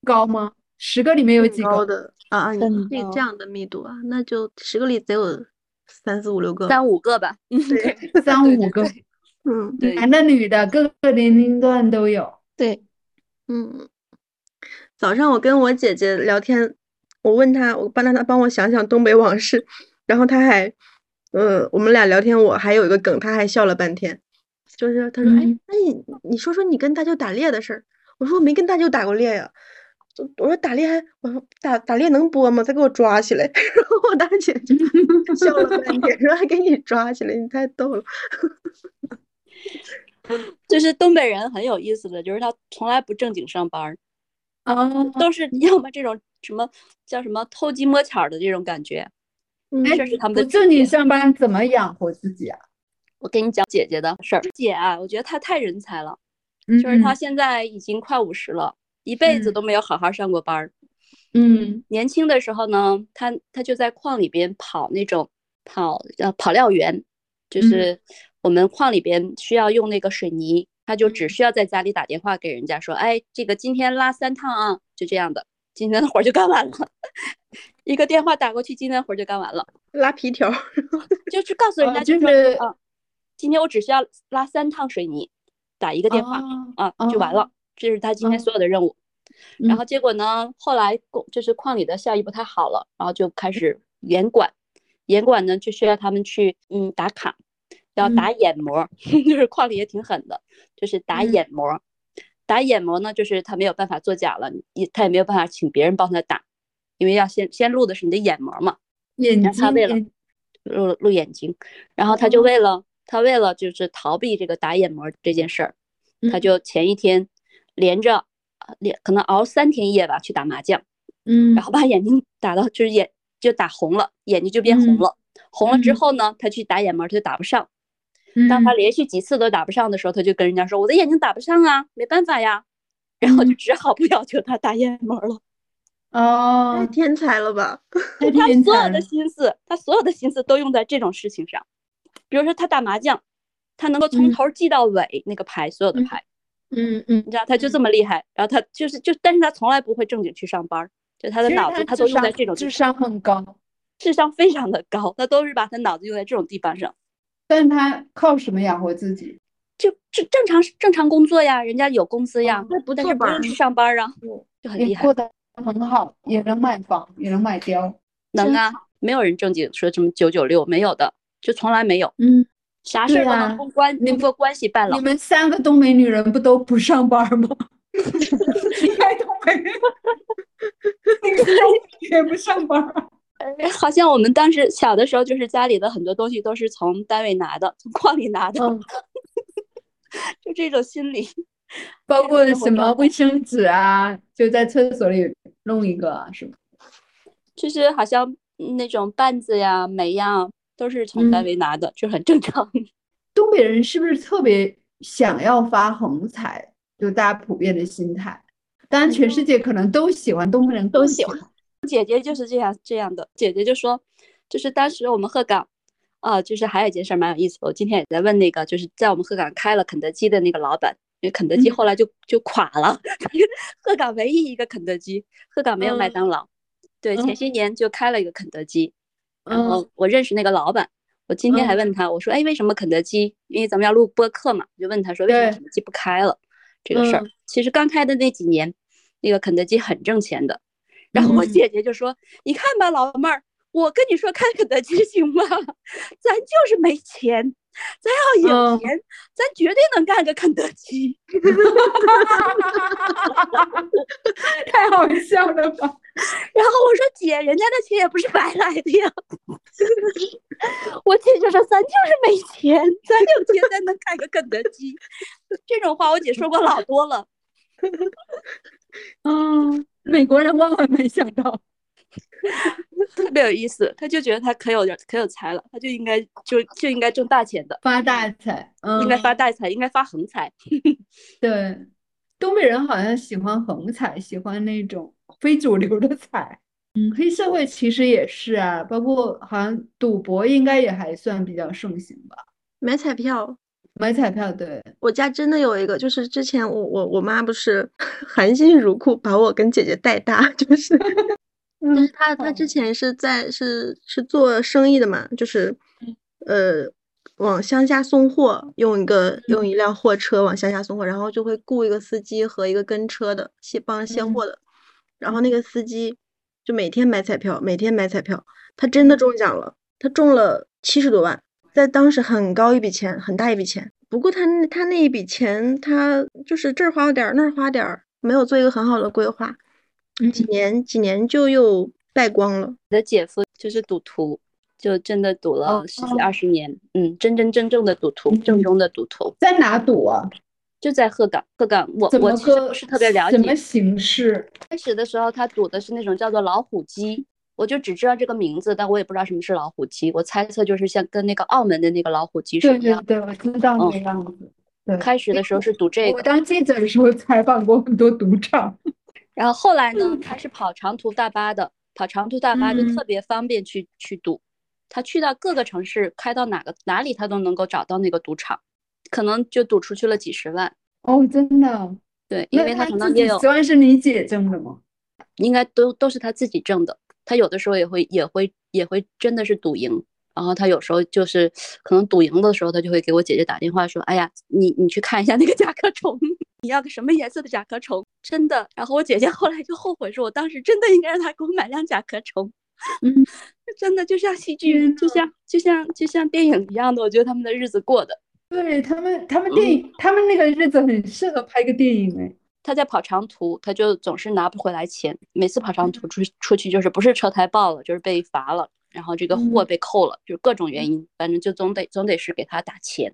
高吗？十个里面有
挺
几
高
个？
的啊啊，你
很
这
高
这样的密度啊，那就十个里得有三四五六个。
三五个吧，嗯，
对，
三
对
五
对
个，
嗯
对，
男的女的，各个年龄段都有。
对，
嗯。早上我跟我姐姐聊天，我问她，我帮她帮我想想东北往事，然后她还，呃，我们俩聊天，我还有一个梗，她还笑了半天，就是她说，哎
嗯，
那你你说说你跟大舅打猎的事儿，我说我没跟大舅打过猎呀，就我说打猎还，我说打打猎能播吗？再给我抓起来，然后我大姐就 笑了半天，说还给你抓起来，你太逗了，
就是东北人很有意思的，就是他从来不正经上班儿，
哦，
都是要么这种什么叫什么偷鸡摸巧儿的这种感觉。
嗯
哎
这是他们
不
的
正经上班怎么养活自己啊？
我跟你讲姐姐的事儿，姐啊，我觉得她太人才了，
就
就是她现在已经快五十了，一辈子
嗯
都没有好好上过班儿，
嗯
年轻的时候呢，他他就在矿里边跑那种跑呃跑料员，
嗯
就是我们矿里边需要用那个水泥，他就
嗯
只需要在家里打电话给人家说，哎，这个今天拉三趟啊，就这样的，今天的活儿就干完了， 一个电话打过去，今天活儿就干完了，
拉皮条儿，
就是告诉人
哦
家
就
说
是
啊，今天我只需要拉三趟水泥，打一个电话
哦
啊就完了，这是他今天
哦
所有的任务。然
嗯
后结果呢，后来工就是矿里的效益不太好了，然后就开始严管，严管呢就需要他们去嗯打卡，要打眼膜儿， 就是矿里也挺狠的，就是打
嗯
眼膜儿。打眼膜呢，就是他没有办法作假了，也他也没有办法请别人帮他打，因为要先先录的是你的眼膜嘛，
眼
让他
睛嗯
为了呃
眼
录录眼睛，然后他就
哦
为了、他为了就是逃避这个打眼膜这件事儿，他
嗯
就前一天连着呃连可能熬三天夜吧去打麻将，
嗯，
然后把眼睛打到就是眼就打红了，眼睛就变红
嗯
了，红了之
嗯
后呢，他去打眼膜他就打不上，当他
嗯
连续几次都打不上的时候，他就跟人家说我的眼睛打不上啊，没办法呀，然
嗯
后就只好不要求他打眼膜了。
太
哦，
天才了吧？
太
嗯他
天
所
才
有
了
的，心思，他所有的心思都用在这种事情上。比如说他打麻将，他能够从
嗯
头记到尾那个牌，所有的
嗯
牌，
嗯嗯，
你知道他就这么厉害。然后他就是就，但是他从来不会正经去上班儿，就他的
其实
脑子他
智
都用在
商
这种地
智商很高，
智商非常的高，他都是把他脑子用在这种地方上。
但是他靠什么养活自己？
就就正常正常工作呀，人家有工资
哦
呀，
那不
但
错
是不
吧
用？去上班儿啊
嗯，
就很厉
也
害
过。得很好，也能买房，也能买貂，
能
真
啊，没有人正经说什么九九六，没有的，就从来没有，
嗯，
啥事
对
儿都
啊
能通关，
你
通过关系办了
你。们三个东北女人不都不上班吗？ 离开东北， 那个也不上班儿。
哎好像我们当时小的时候，就是家里的很多东西都是从单位拿的，从矿里拿的，
嗯，
就这种心理。
包括
生活
什么
状
卫生纸啊，就在厕所里弄一个啊，是吧？
就是好像那种绊子呀、煤呀，都是从
嗯
单位拿的，就很正常。
东北人是不是特别想要发横财？就大家普遍的心态，当然全世界可能都喜欢东北人，
嗯都喜欢。
姐姐就是这样这样的，姐姐就说，就是当时我们鹤岗，啊，就是还有一件事儿蛮有意思的，我今天也在问那个，就是在我们鹤岗开了肯德基的那个老板，因为肯德基
嗯
后来就、就垮了，鹤岗唯一一个肯德基，鹤岗没有麦
嗯
当劳，对，前
嗯
些年就开了一个肯德基，
哎
然
嗯
后我认识那个老板，我今天还问他，我说，哎，为什么肯德基？因为咱们要录播客嘛，我就问他说，为什么
对
肯德基不开了？这个事儿，
嗯
其实刚开的那几年，那个肯德基很挣钱的。然后我
嗯
姐姐就说：“你看吧，老妹儿，我跟你说开肯德基行吗？ 咱就是没钱，咱要有
嗯
钱，咱绝对能干个肯德基。
太好笑了 吧？”
然后我说：“姐，人家的钱也不是白来的呀。” 我姐就说：“咱就是没钱，咱有钱咱能开个肯德基。” 这种话我姐说过老多了。
嗯，美国人万万没想到，
特别有意思，他就觉得他可有可有才了，他就应该就就应该挣大钱的，
发大财，嗯，
应该发大财，应该发横财。
对，东北人好像喜欢横财，喜欢那种非主流的财。嗯，黑社会其实也是啊，包括好像赌博应该也还算比较盛行吧。
买彩票，
买彩票，对，
我家真的有一个，就是之前我我我妈不是 含辛茹苦把我跟姐姐带大， 就是就是
嗯
她她
哦
之前是在是是做生意的嘛，就是
嗯
呃往乡下送货，用一个用一辆货车往乡下送货，然后就会雇一个司机和一个跟车的卸帮着卸
嗯
货的，然后那个司机就每天买彩票，每天买彩票，他真的中奖了，他中了七十多万。在当时很高一笔钱，很大一笔钱。不过他那他那一笔钱，他就是这儿花点儿，那儿花点儿，没有做一个很好的规划，
嗯
几年几年就又败光了。
我的姐夫就是赌徒，就真的赌了
哦
十几二十年，嗯，真真正正的赌徒，正
嗯
宗的赌徒，
在哪赌啊？
就在鹤岗。鹤岗，我
怎
我
么
其实
个
不是特别了
怎么
解。
形式？
开始的时候他赌的是那种叫做老虎机，我就只知道这个名字，但我也不知道什么是老虎机。我猜测就是像跟那个澳门的那个老虎机是
对
一
对
样的。
对，我知道那
嗯
个样子。对，
开始的时候是赌这
我
个，
当记者的时候采访过很多赌场。
然后后来
嗯
呢，他是跑长途大巴的，跑长途大巴就特别方便去去赌。他去到各个城市，开到哪个哪里，他都能够找到那个赌场，可能就赌出去了几十万。
哦，真的，
对，因为
那
他
他
常常
自
也
己
有
十，万是你姐挣的吗？
应该都都是他自己挣的。他有的时候也会也会也会真的是赌赢，然后他有时候就是可能赌赢的时候，他就会给我姐姐打电话说：“哎呀，你你去看一下那个甲壳虫， 你要个什么颜色的甲壳虫？”真的。然后我姐姐后来就后悔说：“我当时真的应该让他给我买辆甲壳虫。”
嗯，
真的就像戏剧，就像就像就像电影一样的，我觉得他们的日子过的。
对他们，他们电影，他们那个日子很适合拍个电影哎。
他在跑长途，他就总是拿不回来钱，每次跑长
嗯
途出出去就是不是车胎爆了，就是被罚了，然后这个货
嗯
被扣了，就是各种原因，反正就总得总得是给他打钱，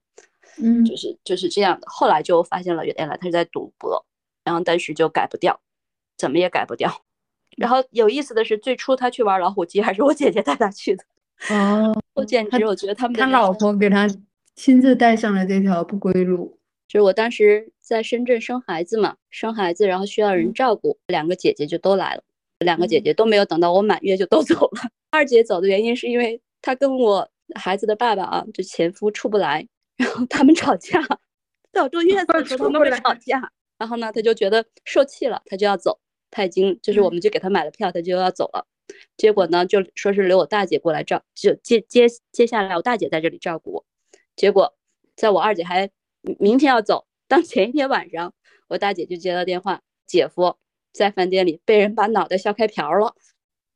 嗯
就是就是这样的。后来就发现了，原来他是在赌博，然后但是就改不掉，怎么也改不掉。然后有意思的是，最初他去玩老虎机还是我姐姐带他去的，
哦，
我简
他
直我觉得他们的
他
人
老
生
婆给他亲自带上了这条不归路。
就是我当时在深圳生孩子嘛，生孩子然后需要
嗯
人照顾，两个姐姐就都来了，两个姐姐都没有等到我满月就都走了。二姐走的原因是因为她跟我孩子的爸爸啊，就前夫处不来，然后他们吵架，在我坐月子的时候他们会吵架，然后呢，她就觉得受气了，她就要走，她已经就是我们就给她买了票，她就要走了。结果呢，就说是留我大姐过来照，就接接接下来我大姐在这里照顾我。结果在我二姐还明明天要走，当前一天晚上，我大姐就接到电话，姐夫在饭店里被人把脑袋削开瓢了，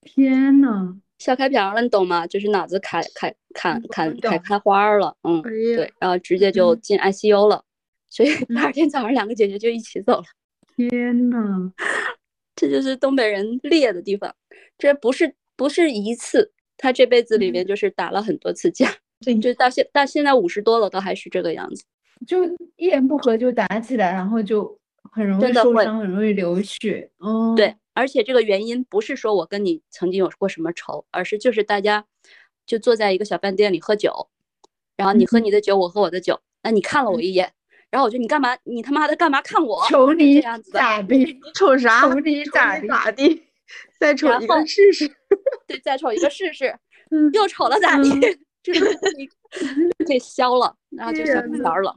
天呐，
削开瓢了，你懂吗？就是脑子砍砍砍砍
我
砍
懂
开花儿了，嗯，
哎呀，
对，然后直接就
嗯
进 ICU 了。所以
嗯
第 二天早上，两个姐姐就一起走了。
天呐，
这就是东北人烈的地方，这不是不是一次，他这辈子里面就是打了很多次架，
对
就到现到现在五十多了，都还是这个样子。
就一言不合就打起来，然后就很容易
真的
受
会
伤，很容易流血。哦，
对，，而且这个原因不是说我跟你曾经有过什么仇，而是就是大家就坐在一个小饭店里喝酒，然后你
嗯
喝你的酒，我喝我的酒，那你看了我一眼，然后我就你干嘛？你他妈的干嘛看我？
求你
这样子的
咋地？
瞅啥？
瞅你
瞅
咋
你
地
咋地？ 再瞅
然
一个
后
试试。
对，再瞅一个试试，
嗯
又瞅了咋地
嗯？
就是被被削了，然后就削
天
条了。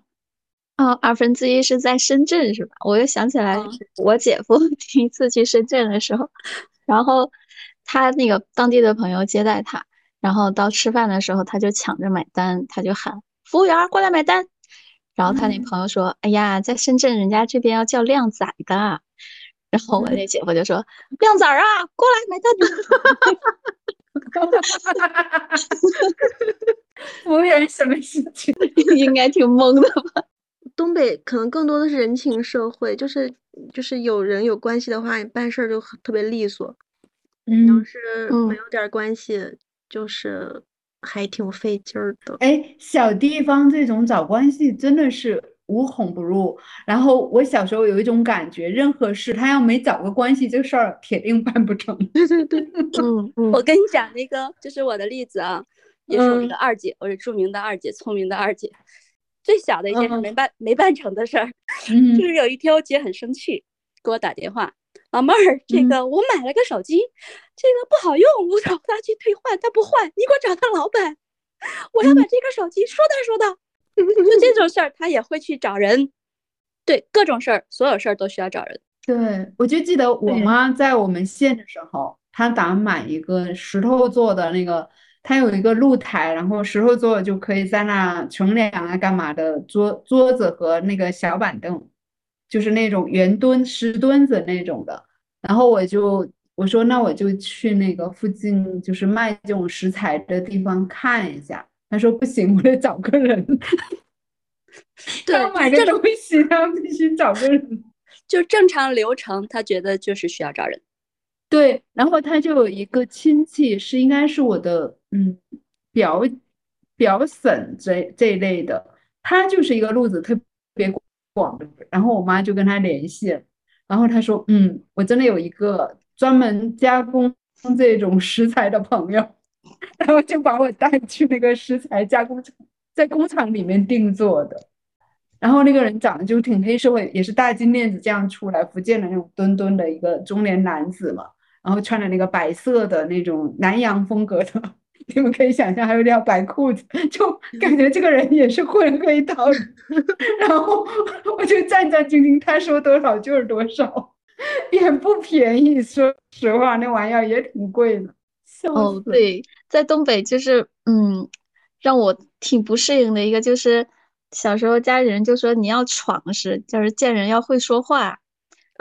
哦，二分之一是在深圳是吧？我又想起来
嗯
我姐夫 第一次去深圳的时候，然后他那个当地的朋友接待他，然后到吃饭的时候他就抢着买单，他就喊服务员儿过来买单。然后他那
嗯
朋友说：“哎呀，在深圳人家这边要叫靓仔的。”然后我那姐夫就说：“靓仔儿啊，过来买单。”
服务员什么事情？
应该挺懵的吧？
东北可能更多的是人情社会，就是就是有人有关系的话，你办事儿就很特别利索；你要
嗯，
是
嗯
没有点儿关系，就是还挺费劲儿的。
哎，小地方这种找关系真的是无孔不入。然后我小时候有一种感觉，任何事他要没找个关系，这事儿铁定办不成。
对对对，
嗯嗯
我跟你讲那个，就是我的例子啊，也是我那
嗯
个二姐，我是著名的二姐，聪明的二姐。最小的一件事
嗯
没办、没办成的事儿，
嗯
就是有一天我姐很生气，给我打电话，老妹儿，这
嗯
个我买了个手机，这个不好用，我找他去退换，他不换，你给我找他老板，我
嗯
要把这个手机说道说道。就这种事儿，他也会去找人，对各种事儿，所有事儿都需要找人。
对，我就记得我
对
妈在我们县的时候，她打算买一个石头做的那个，它有一个露台，然后石头做的就可以在那乘凉啊、干嘛的桌桌子和那个小板凳，就是那种圆墩石墩子那种的。然后我就我说那我就去那个附近就是卖这种食材的地方看一下。她说不行，我得找个人，
对，
要买
就
个
正
东西，她必须找个人。
就正常流程，他觉得就是需要找人。
对，然后他就有一个亲戚是应该是我的嗯表表婶这这一类的，他就是一个路子特别广的人，然后我妈就跟他联系，然后他说嗯，我真的有一个专门加工这种食材的朋友， 然后就把我带去那个食材加工厂，在工厂里面定做的，然后那个人长得就挺黑社会，也是大金链子这样出来，福建的那种墩墩的一个中年男子嘛，然后穿着那个白色的那种南洋风格的， 你们可以想象，还有条白裤子，就感觉这个人也是混黑道的。 然后我就战战兢兢，他说多少就是多少， 也不便宜，说实话，那玩意儿也挺贵的，笑
哦，
死。
对，在东北就是，嗯，让我挺不适应的一个就是，小时候家里人就说你要闯实，就是见人要会说话，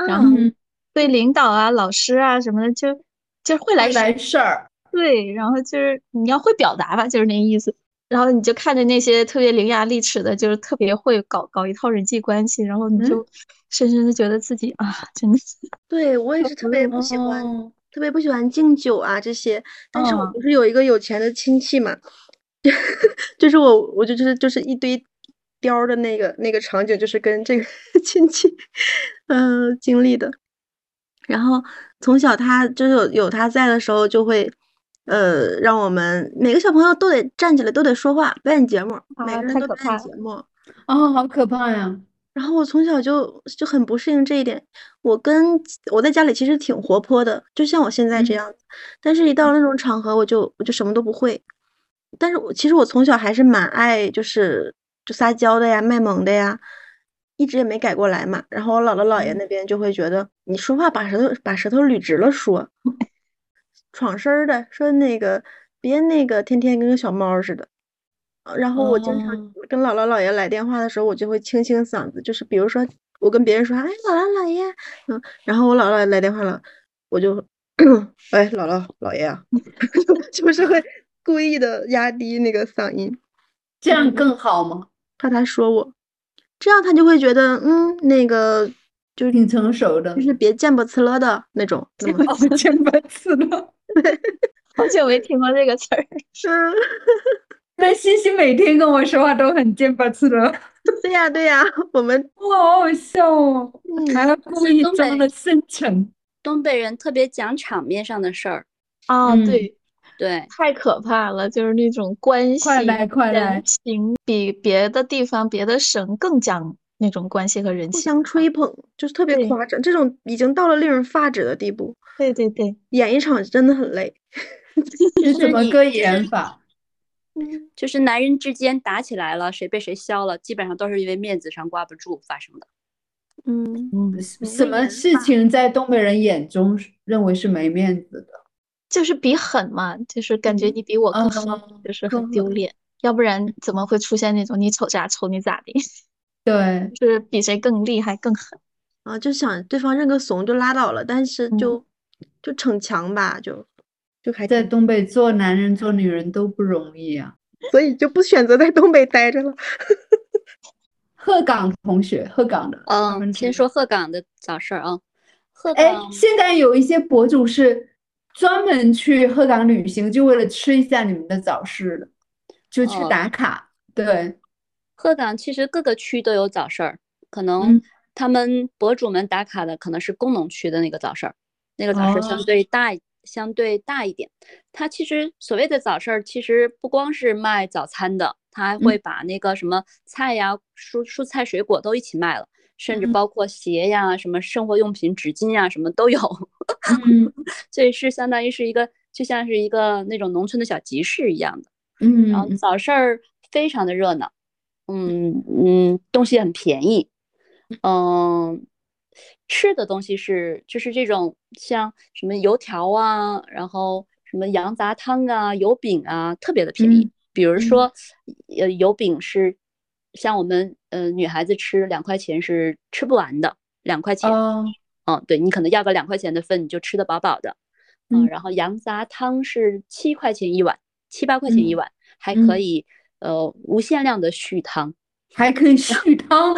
然后
嗯，
对领导啊、老师啊什么的，就就会来
来来事儿。
对，然后就是你要会表达吧，就是那意思。然后你就看着那些特别伶牙俐齿的，就是特别会搞搞一套人际关系，然后你就深深的觉得自己啊，真的是
对，我也是特别不喜欢，
哦
特别不喜欢敬酒啊这些。但是我
嗯
不是有一个有钱的亲戚嘛， 就是我，我就就是就是一堆貂儿的那个那个场景，就是跟这个 亲戚，嗯、经历的。然后从小他就是有有他在的时候，就会，呃，让我们每个小朋友都得站起来，都得说话，表演节目，每
啊
个人
太
都
可
表
怕
演节目。
哦，好可怕呀！
然后我从小就就很不适应这一点。我跟我在家里其实挺活泼的，就像我现在这
嗯
样子，但是一到那种场合，我就我就什么都不会。但是我其实我从小还是蛮爱就是就撒娇的呀，卖萌的呀，一直也没改过来嘛。然后我姥姥姥爷那边就会觉得你说话把舌头把舌头捋直了说，闯事儿的，说那个别那个天天跟个小猫儿似的。呃然后我经常
哦
跟姥姥姥爷来电话的时候，我就会清清嗓子，就是比如说我跟别人说，哎，姥姥姥爷，嗯，然后我姥姥来电话了，我就， 哎，姥姥姥爷啊， 就是会故意的压低那个嗓音，
这样更好吗？
怕他说我，这样他就会觉得，嗯，那个就是
挺成熟的
就，是别贱不呲了的那种，嗯那么
千百次了。
好久没听过这个词儿。
嗯，
那西西每天跟我说话都很见巴次了，
对呀对呀，我们
哇，好好笑哦！
嗯
还要故意
东
装
北
的深沉，
东北人特别讲场面上的事儿，
啊，
嗯
对，
对，
太可怕了，就是那种关系、
快来快来
人！情比别的地方、别的省更讲那种关系和人
互
情。
相吹捧，就是特别
对
夸张，这种已经到了令人发指的地步。
对对对，
演一场真的很累。
这
就是
怎么
你
个
就是
演法？
就是男人之间打起来了，谁被谁削了，基本上都是因为面子上挂不住发生的。
嗯，
嗯，
什么
演
事
法
情在东北人眼中是认为是没面子的？
就是比狠嘛，就是感觉你比我更狠，
嗯
就是
更
很丢
狠
脸，要不然怎么会出现那种你瞅啥瞅你咋的，
对，
就是比谁更厉害更狠。
啊，就想对方认个怂就拉倒了，但是
嗯
就就逞强吧，就就还
在
挺
东北做男人做女人都不容易啊。
所以就不选择在东北待着了。
鹤岗同学，鹤岗的，二分
嗯，
之
先
一
说鹤岗的早事儿啊，鹤
哎
岗，
现在有一些博主是专门去鹤岗旅行，就为了吃一下你们的早市的，就去
哦
打卡。对，
鹤岗其实各个区都有早市儿，可能
嗯
他们博主们打卡的可能是工农区的那个早市儿，那个早市儿相
哦
对大一、相对大一点。它其实所谓的早市儿，其实不光是卖早餐的，它还
嗯
会把那个什么菜呀、蔬蔬菜、水果都一起卖了，甚至
嗯
包括鞋呀、什么生活用品、纸巾呀，什么都有。
嗯
所以是相当于是一个，就像是一个那种农村的小集市一样的。
嗯，
然后早市儿非常的热闹，嗯嗯，东西很便宜，嗯，吃的东西是就是这种像什么油条啊，然后什么羊杂汤啊、油饼啊，特别的便宜。
嗯
比如
嗯
说，呃，油饼是像我们呃女孩子吃两块钱是吃不完的，两块钱，
哦，
嗯，对你可能要个两块钱的份，你就吃得饱饱的。嗯，
嗯
然后羊杂汤是七块钱一碗，七八块钱一
嗯
碗，还可
嗯
以呃无限量的续汤。
还可以续汤，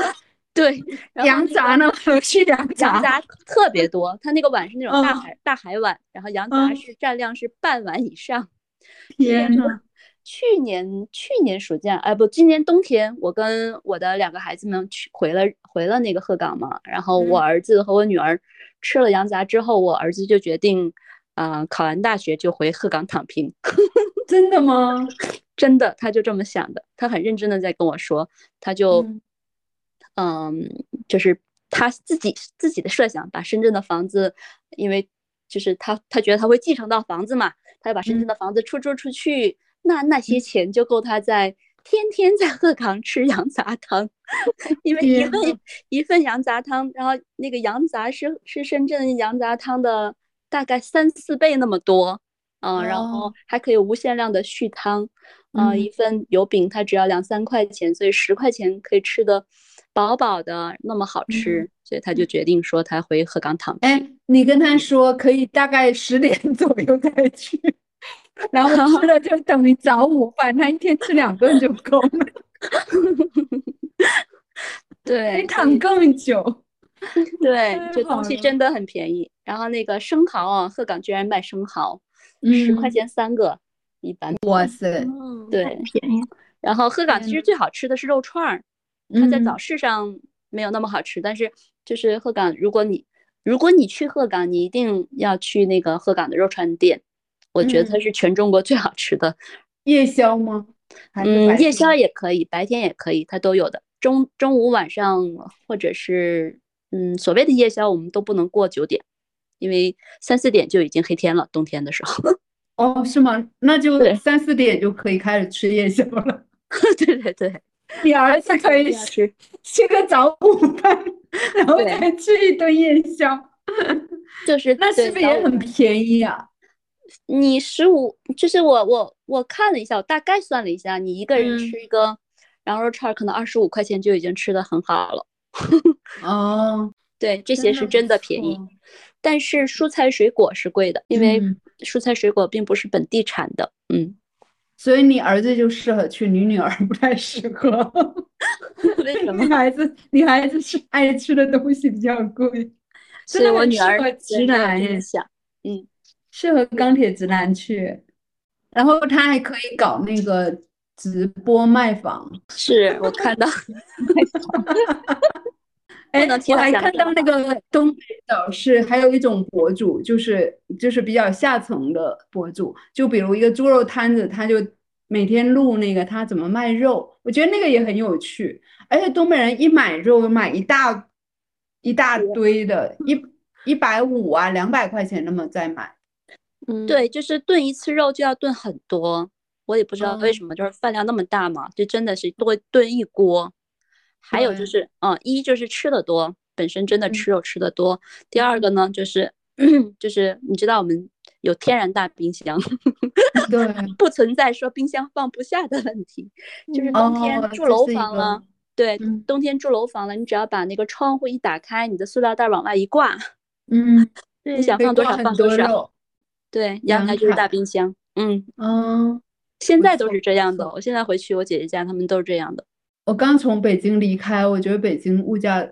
对，然后
羊
那个
杂呢？续羊
羊
杂，
杂特别多，它那个碗是那种大
嗯
海、大海碗，然后羊杂
嗯
是占量是半碗以上。
天呐，
去年去年暑假，哎不，今年冬天，我跟我的两个孩子们去回了回了那个鹤岗嘛，然后我
嗯
儿子和我女儿吃了羊杂之后，我儿子就决定，啊，考完大学就回鹤岗躺平，
真的吗？
真的，他就这么想的，他很认真的在跟我说，他就
嗯
嗯，就是他自己自己的设想，把深圳的房子，因为就是他他觉得他会继承到房子嘛，他要把深圳的房子出租出去，那那些钱就够他在天天在鹤岗吃羊杂汤， 因为一
天
份一份羊杂汤，然后那个羊杂是是深圳羊杂汤的大概三四倍那么多，嗯、然后还可以无限量的续汤，啊、一
嗯
份油饼它只要两三块钱，所以十块钱可以吃的饱饱的，那么好吃，所以他就决定说他回鹤岗躺
嗯
平。
哎，你跟他说可以大概十点 左右再去，然后吃了就等于早午饭，他一天吃两顿就够了，可 以
对，所
躺
以
更久。
对，
太
这
好
东西
了
真的很便宜。然后那个生蚝啊，鹤岗居然卖生蚝，十块
嗯
钱三个。
哇塞，
嗯，
对
太便宜了。
然后鹤岗其
天
实
呐
最好吃的是肉串儿，它在
嗯
早市上没有那么好吃，但是就是鹤岗，如果你如果你去鹤岗，你一定要去那个鹤岗的肉串店，我觉得它
嗯
是全中国最好吃的。
夜宵吗？还是白
嗯，夜
天
宵也可以，白天也可以，它都有的。中中午、晚上或者是嗯，所谓的夜宵，我们都不能过九点，因为三四点就已经黑天了，冬天的时候。
哦，是吗？那就
对
三四点就可以开始吃夜宵了。
对对 对，
你儿子可以
要吃。
吃 个早午饭，然后
啊对
再吃一顿夜宵，
就是
那是
对
不是也
早午
很便宜啊？
你十五，就是我我我看了一下，我大概算了一下，你一个人
嗯
吃一个羊肉串儿，可能二十五块钱就已经吃的很好了。
哦，
对，这些是真的便宜，但是蔬菜水果是贵的，因为
嗯
蔬菜水果并不是本地产的。嗯，
所以你儿子就适合去，你女儿不太适合。
为什
你
么？
孩子，你孩子是爱吃的东西比较贵，
所
真
以
的
我
很
女
适
儿
合
对
直
没有
男耶
影响。
适合钢铁直男去。然后他还可以搞那个直播卖房。
是我看到
哎，
能听
我
他
还
讲
看
这
到
个
那个东北早市，还有一种博主，就是就是比较下层的博主，就比如一个猪肉摊子，他就每天录那个他怎么卖肉，我觉得那个也很有趣。而且东北人一买肉买一大一大堆的，
嗯
一一百五啊，两百块钱那么在买。
嗯，
对，就是炖一次肉就要炖很多，我也不知道为
哦
什么，就是饭量那么大嘛，就真的是多炖一锅。还有就
对
是，嗯，一就是吃的多，本身真的
嗯
吃肉吃的多。第二个呢，就是 就是你知道我们有天然大冰箱，
对，
不存在说冰箱放不下的问题，就是
嗯
冬天
哦
住
这
楼
是一
房啊
个
了，对，
嗯
冬天住楼房了，你只要把那个窗户一打开，你的塑料袋往外一挂，
嗯，
你想
可以
放多
挂
少
很
放多
多
少，
肉，
对，阳
阳
台就是大
台
冰箱，嗯。
嗯。
现
不
在都
错
是这样的，
错
我现在回去我姐姐家，他们都是这样的。
我刚从北京离开，我觉得北京物价，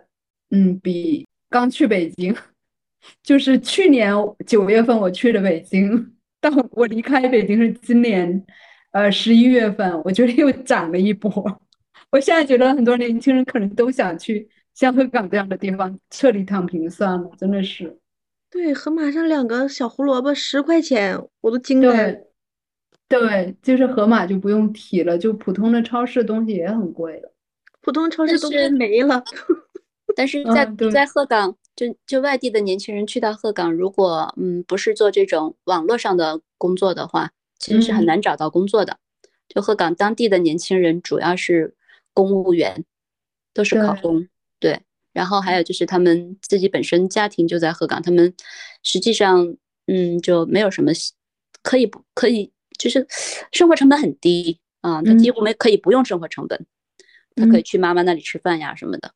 嗯，比刚去北京， 就是去年九月份我去的北京，到我离开北京是今年，呃，十一月份，我觉得又涨了一波。我现在觉得很多年轻人可能都想去像鹤岗这样的地方彻底躺平算了，真的是。
对，河马上两个小胡萝卜十块钱，我都惊呆了。
对，对，就是盒马就不用提了，就普通的超市东西也很贵了。
普通超
但
市都快
是
没了。
但是在、
嗯对
在鹤岗，就就外地的年轻人去到鹤岗，如果嗯不是做这种网络上的工作的话，其实是很
嗯
难找到工作的。就鹤岗当地的年轻人主要是公务员，都是考
对
公，对。然后还有就是他们自己本身家庭就在鹤岗，他们实际上嗯就没有什么喜可以不可以，就是生活成本很低啊，他几乎没可以不用生活成本，他可以
嗯
去妈妈那里吃饭呀什么的。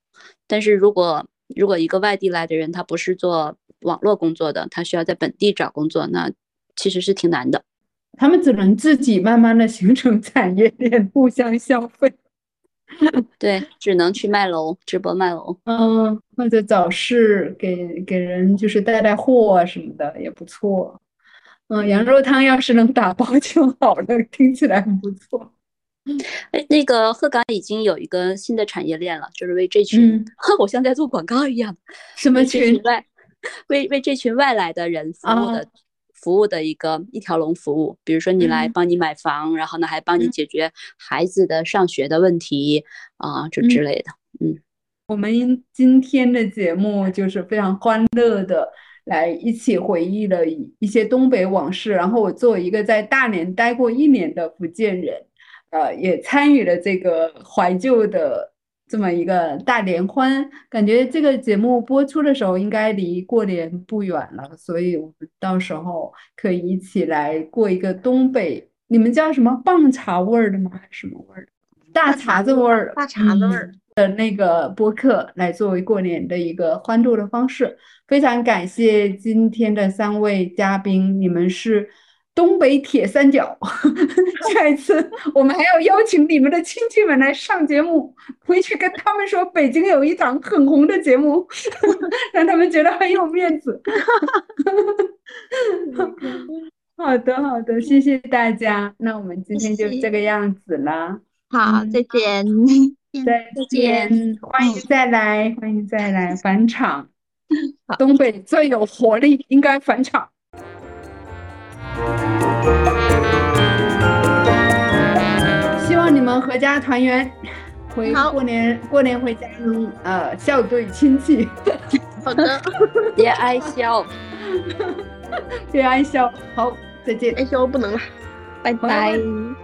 但是如果如果一个外地来的人，他不是做网络工作的，他需要在本地找工作，那其实是挺难的。
他们只能自己慢慢的形成产业链，互相消费，
对，只能去卖楼，直播卖楼。
嗯，或者早市给给人就是带带货啊什么的也不错。嗯，羊肉汤要是能打包就好了，听起来很不错。
哎，那个鹤岗已经有一个新的产业链了，就是为这群，
嗯
我像在做广告一样，
什么
为这群
群？
外，为为这群外来的人服务的、
啊
服务的一个一条龙服务。比如说，你来
嗯
帮你买房，然后呢还帮你
嗯
解决孩子的上学的问题啊、这之
嗯
类的。
我们今天的节目就是非常欢乐的，来一起回忆了一一些东北往事。然后我作为一个在大连待过一年的福建人，呃，也参与了这个怀旧的这么一个大联欢。感觉这个节目播出的时候应该离过年不远了，所以我们到时候可以一起来过一个东北，你们叫什么棒茶味儿的吗？还是什么味儿的？大碴子味儿，
大碴子味儿
嗯的那个播客来作为过年的一个欢度的方式。非常感谢今天的三位嘉宾，你们是东北铁三角。 下一次我们还要邀请你们的亲戚们来上节目，回去跟他们说北京有一档很红的节目， 让他们觉得很有面子。 好的，好的，谢谢大家。那我们今天就
谢谢
这个样子啦。
好，
嗯
再见。
再 见，嗯欢迎再来，欢迎再来返场。东北最有活力，应该返场。希望你们阖家团圆，回
好
过年过年回家，嗯呃，孝对亲戚，
好 的，
别挨削。
别挨笑。好，再见。
哎呦，不能了。
拜
朋友
拜。
们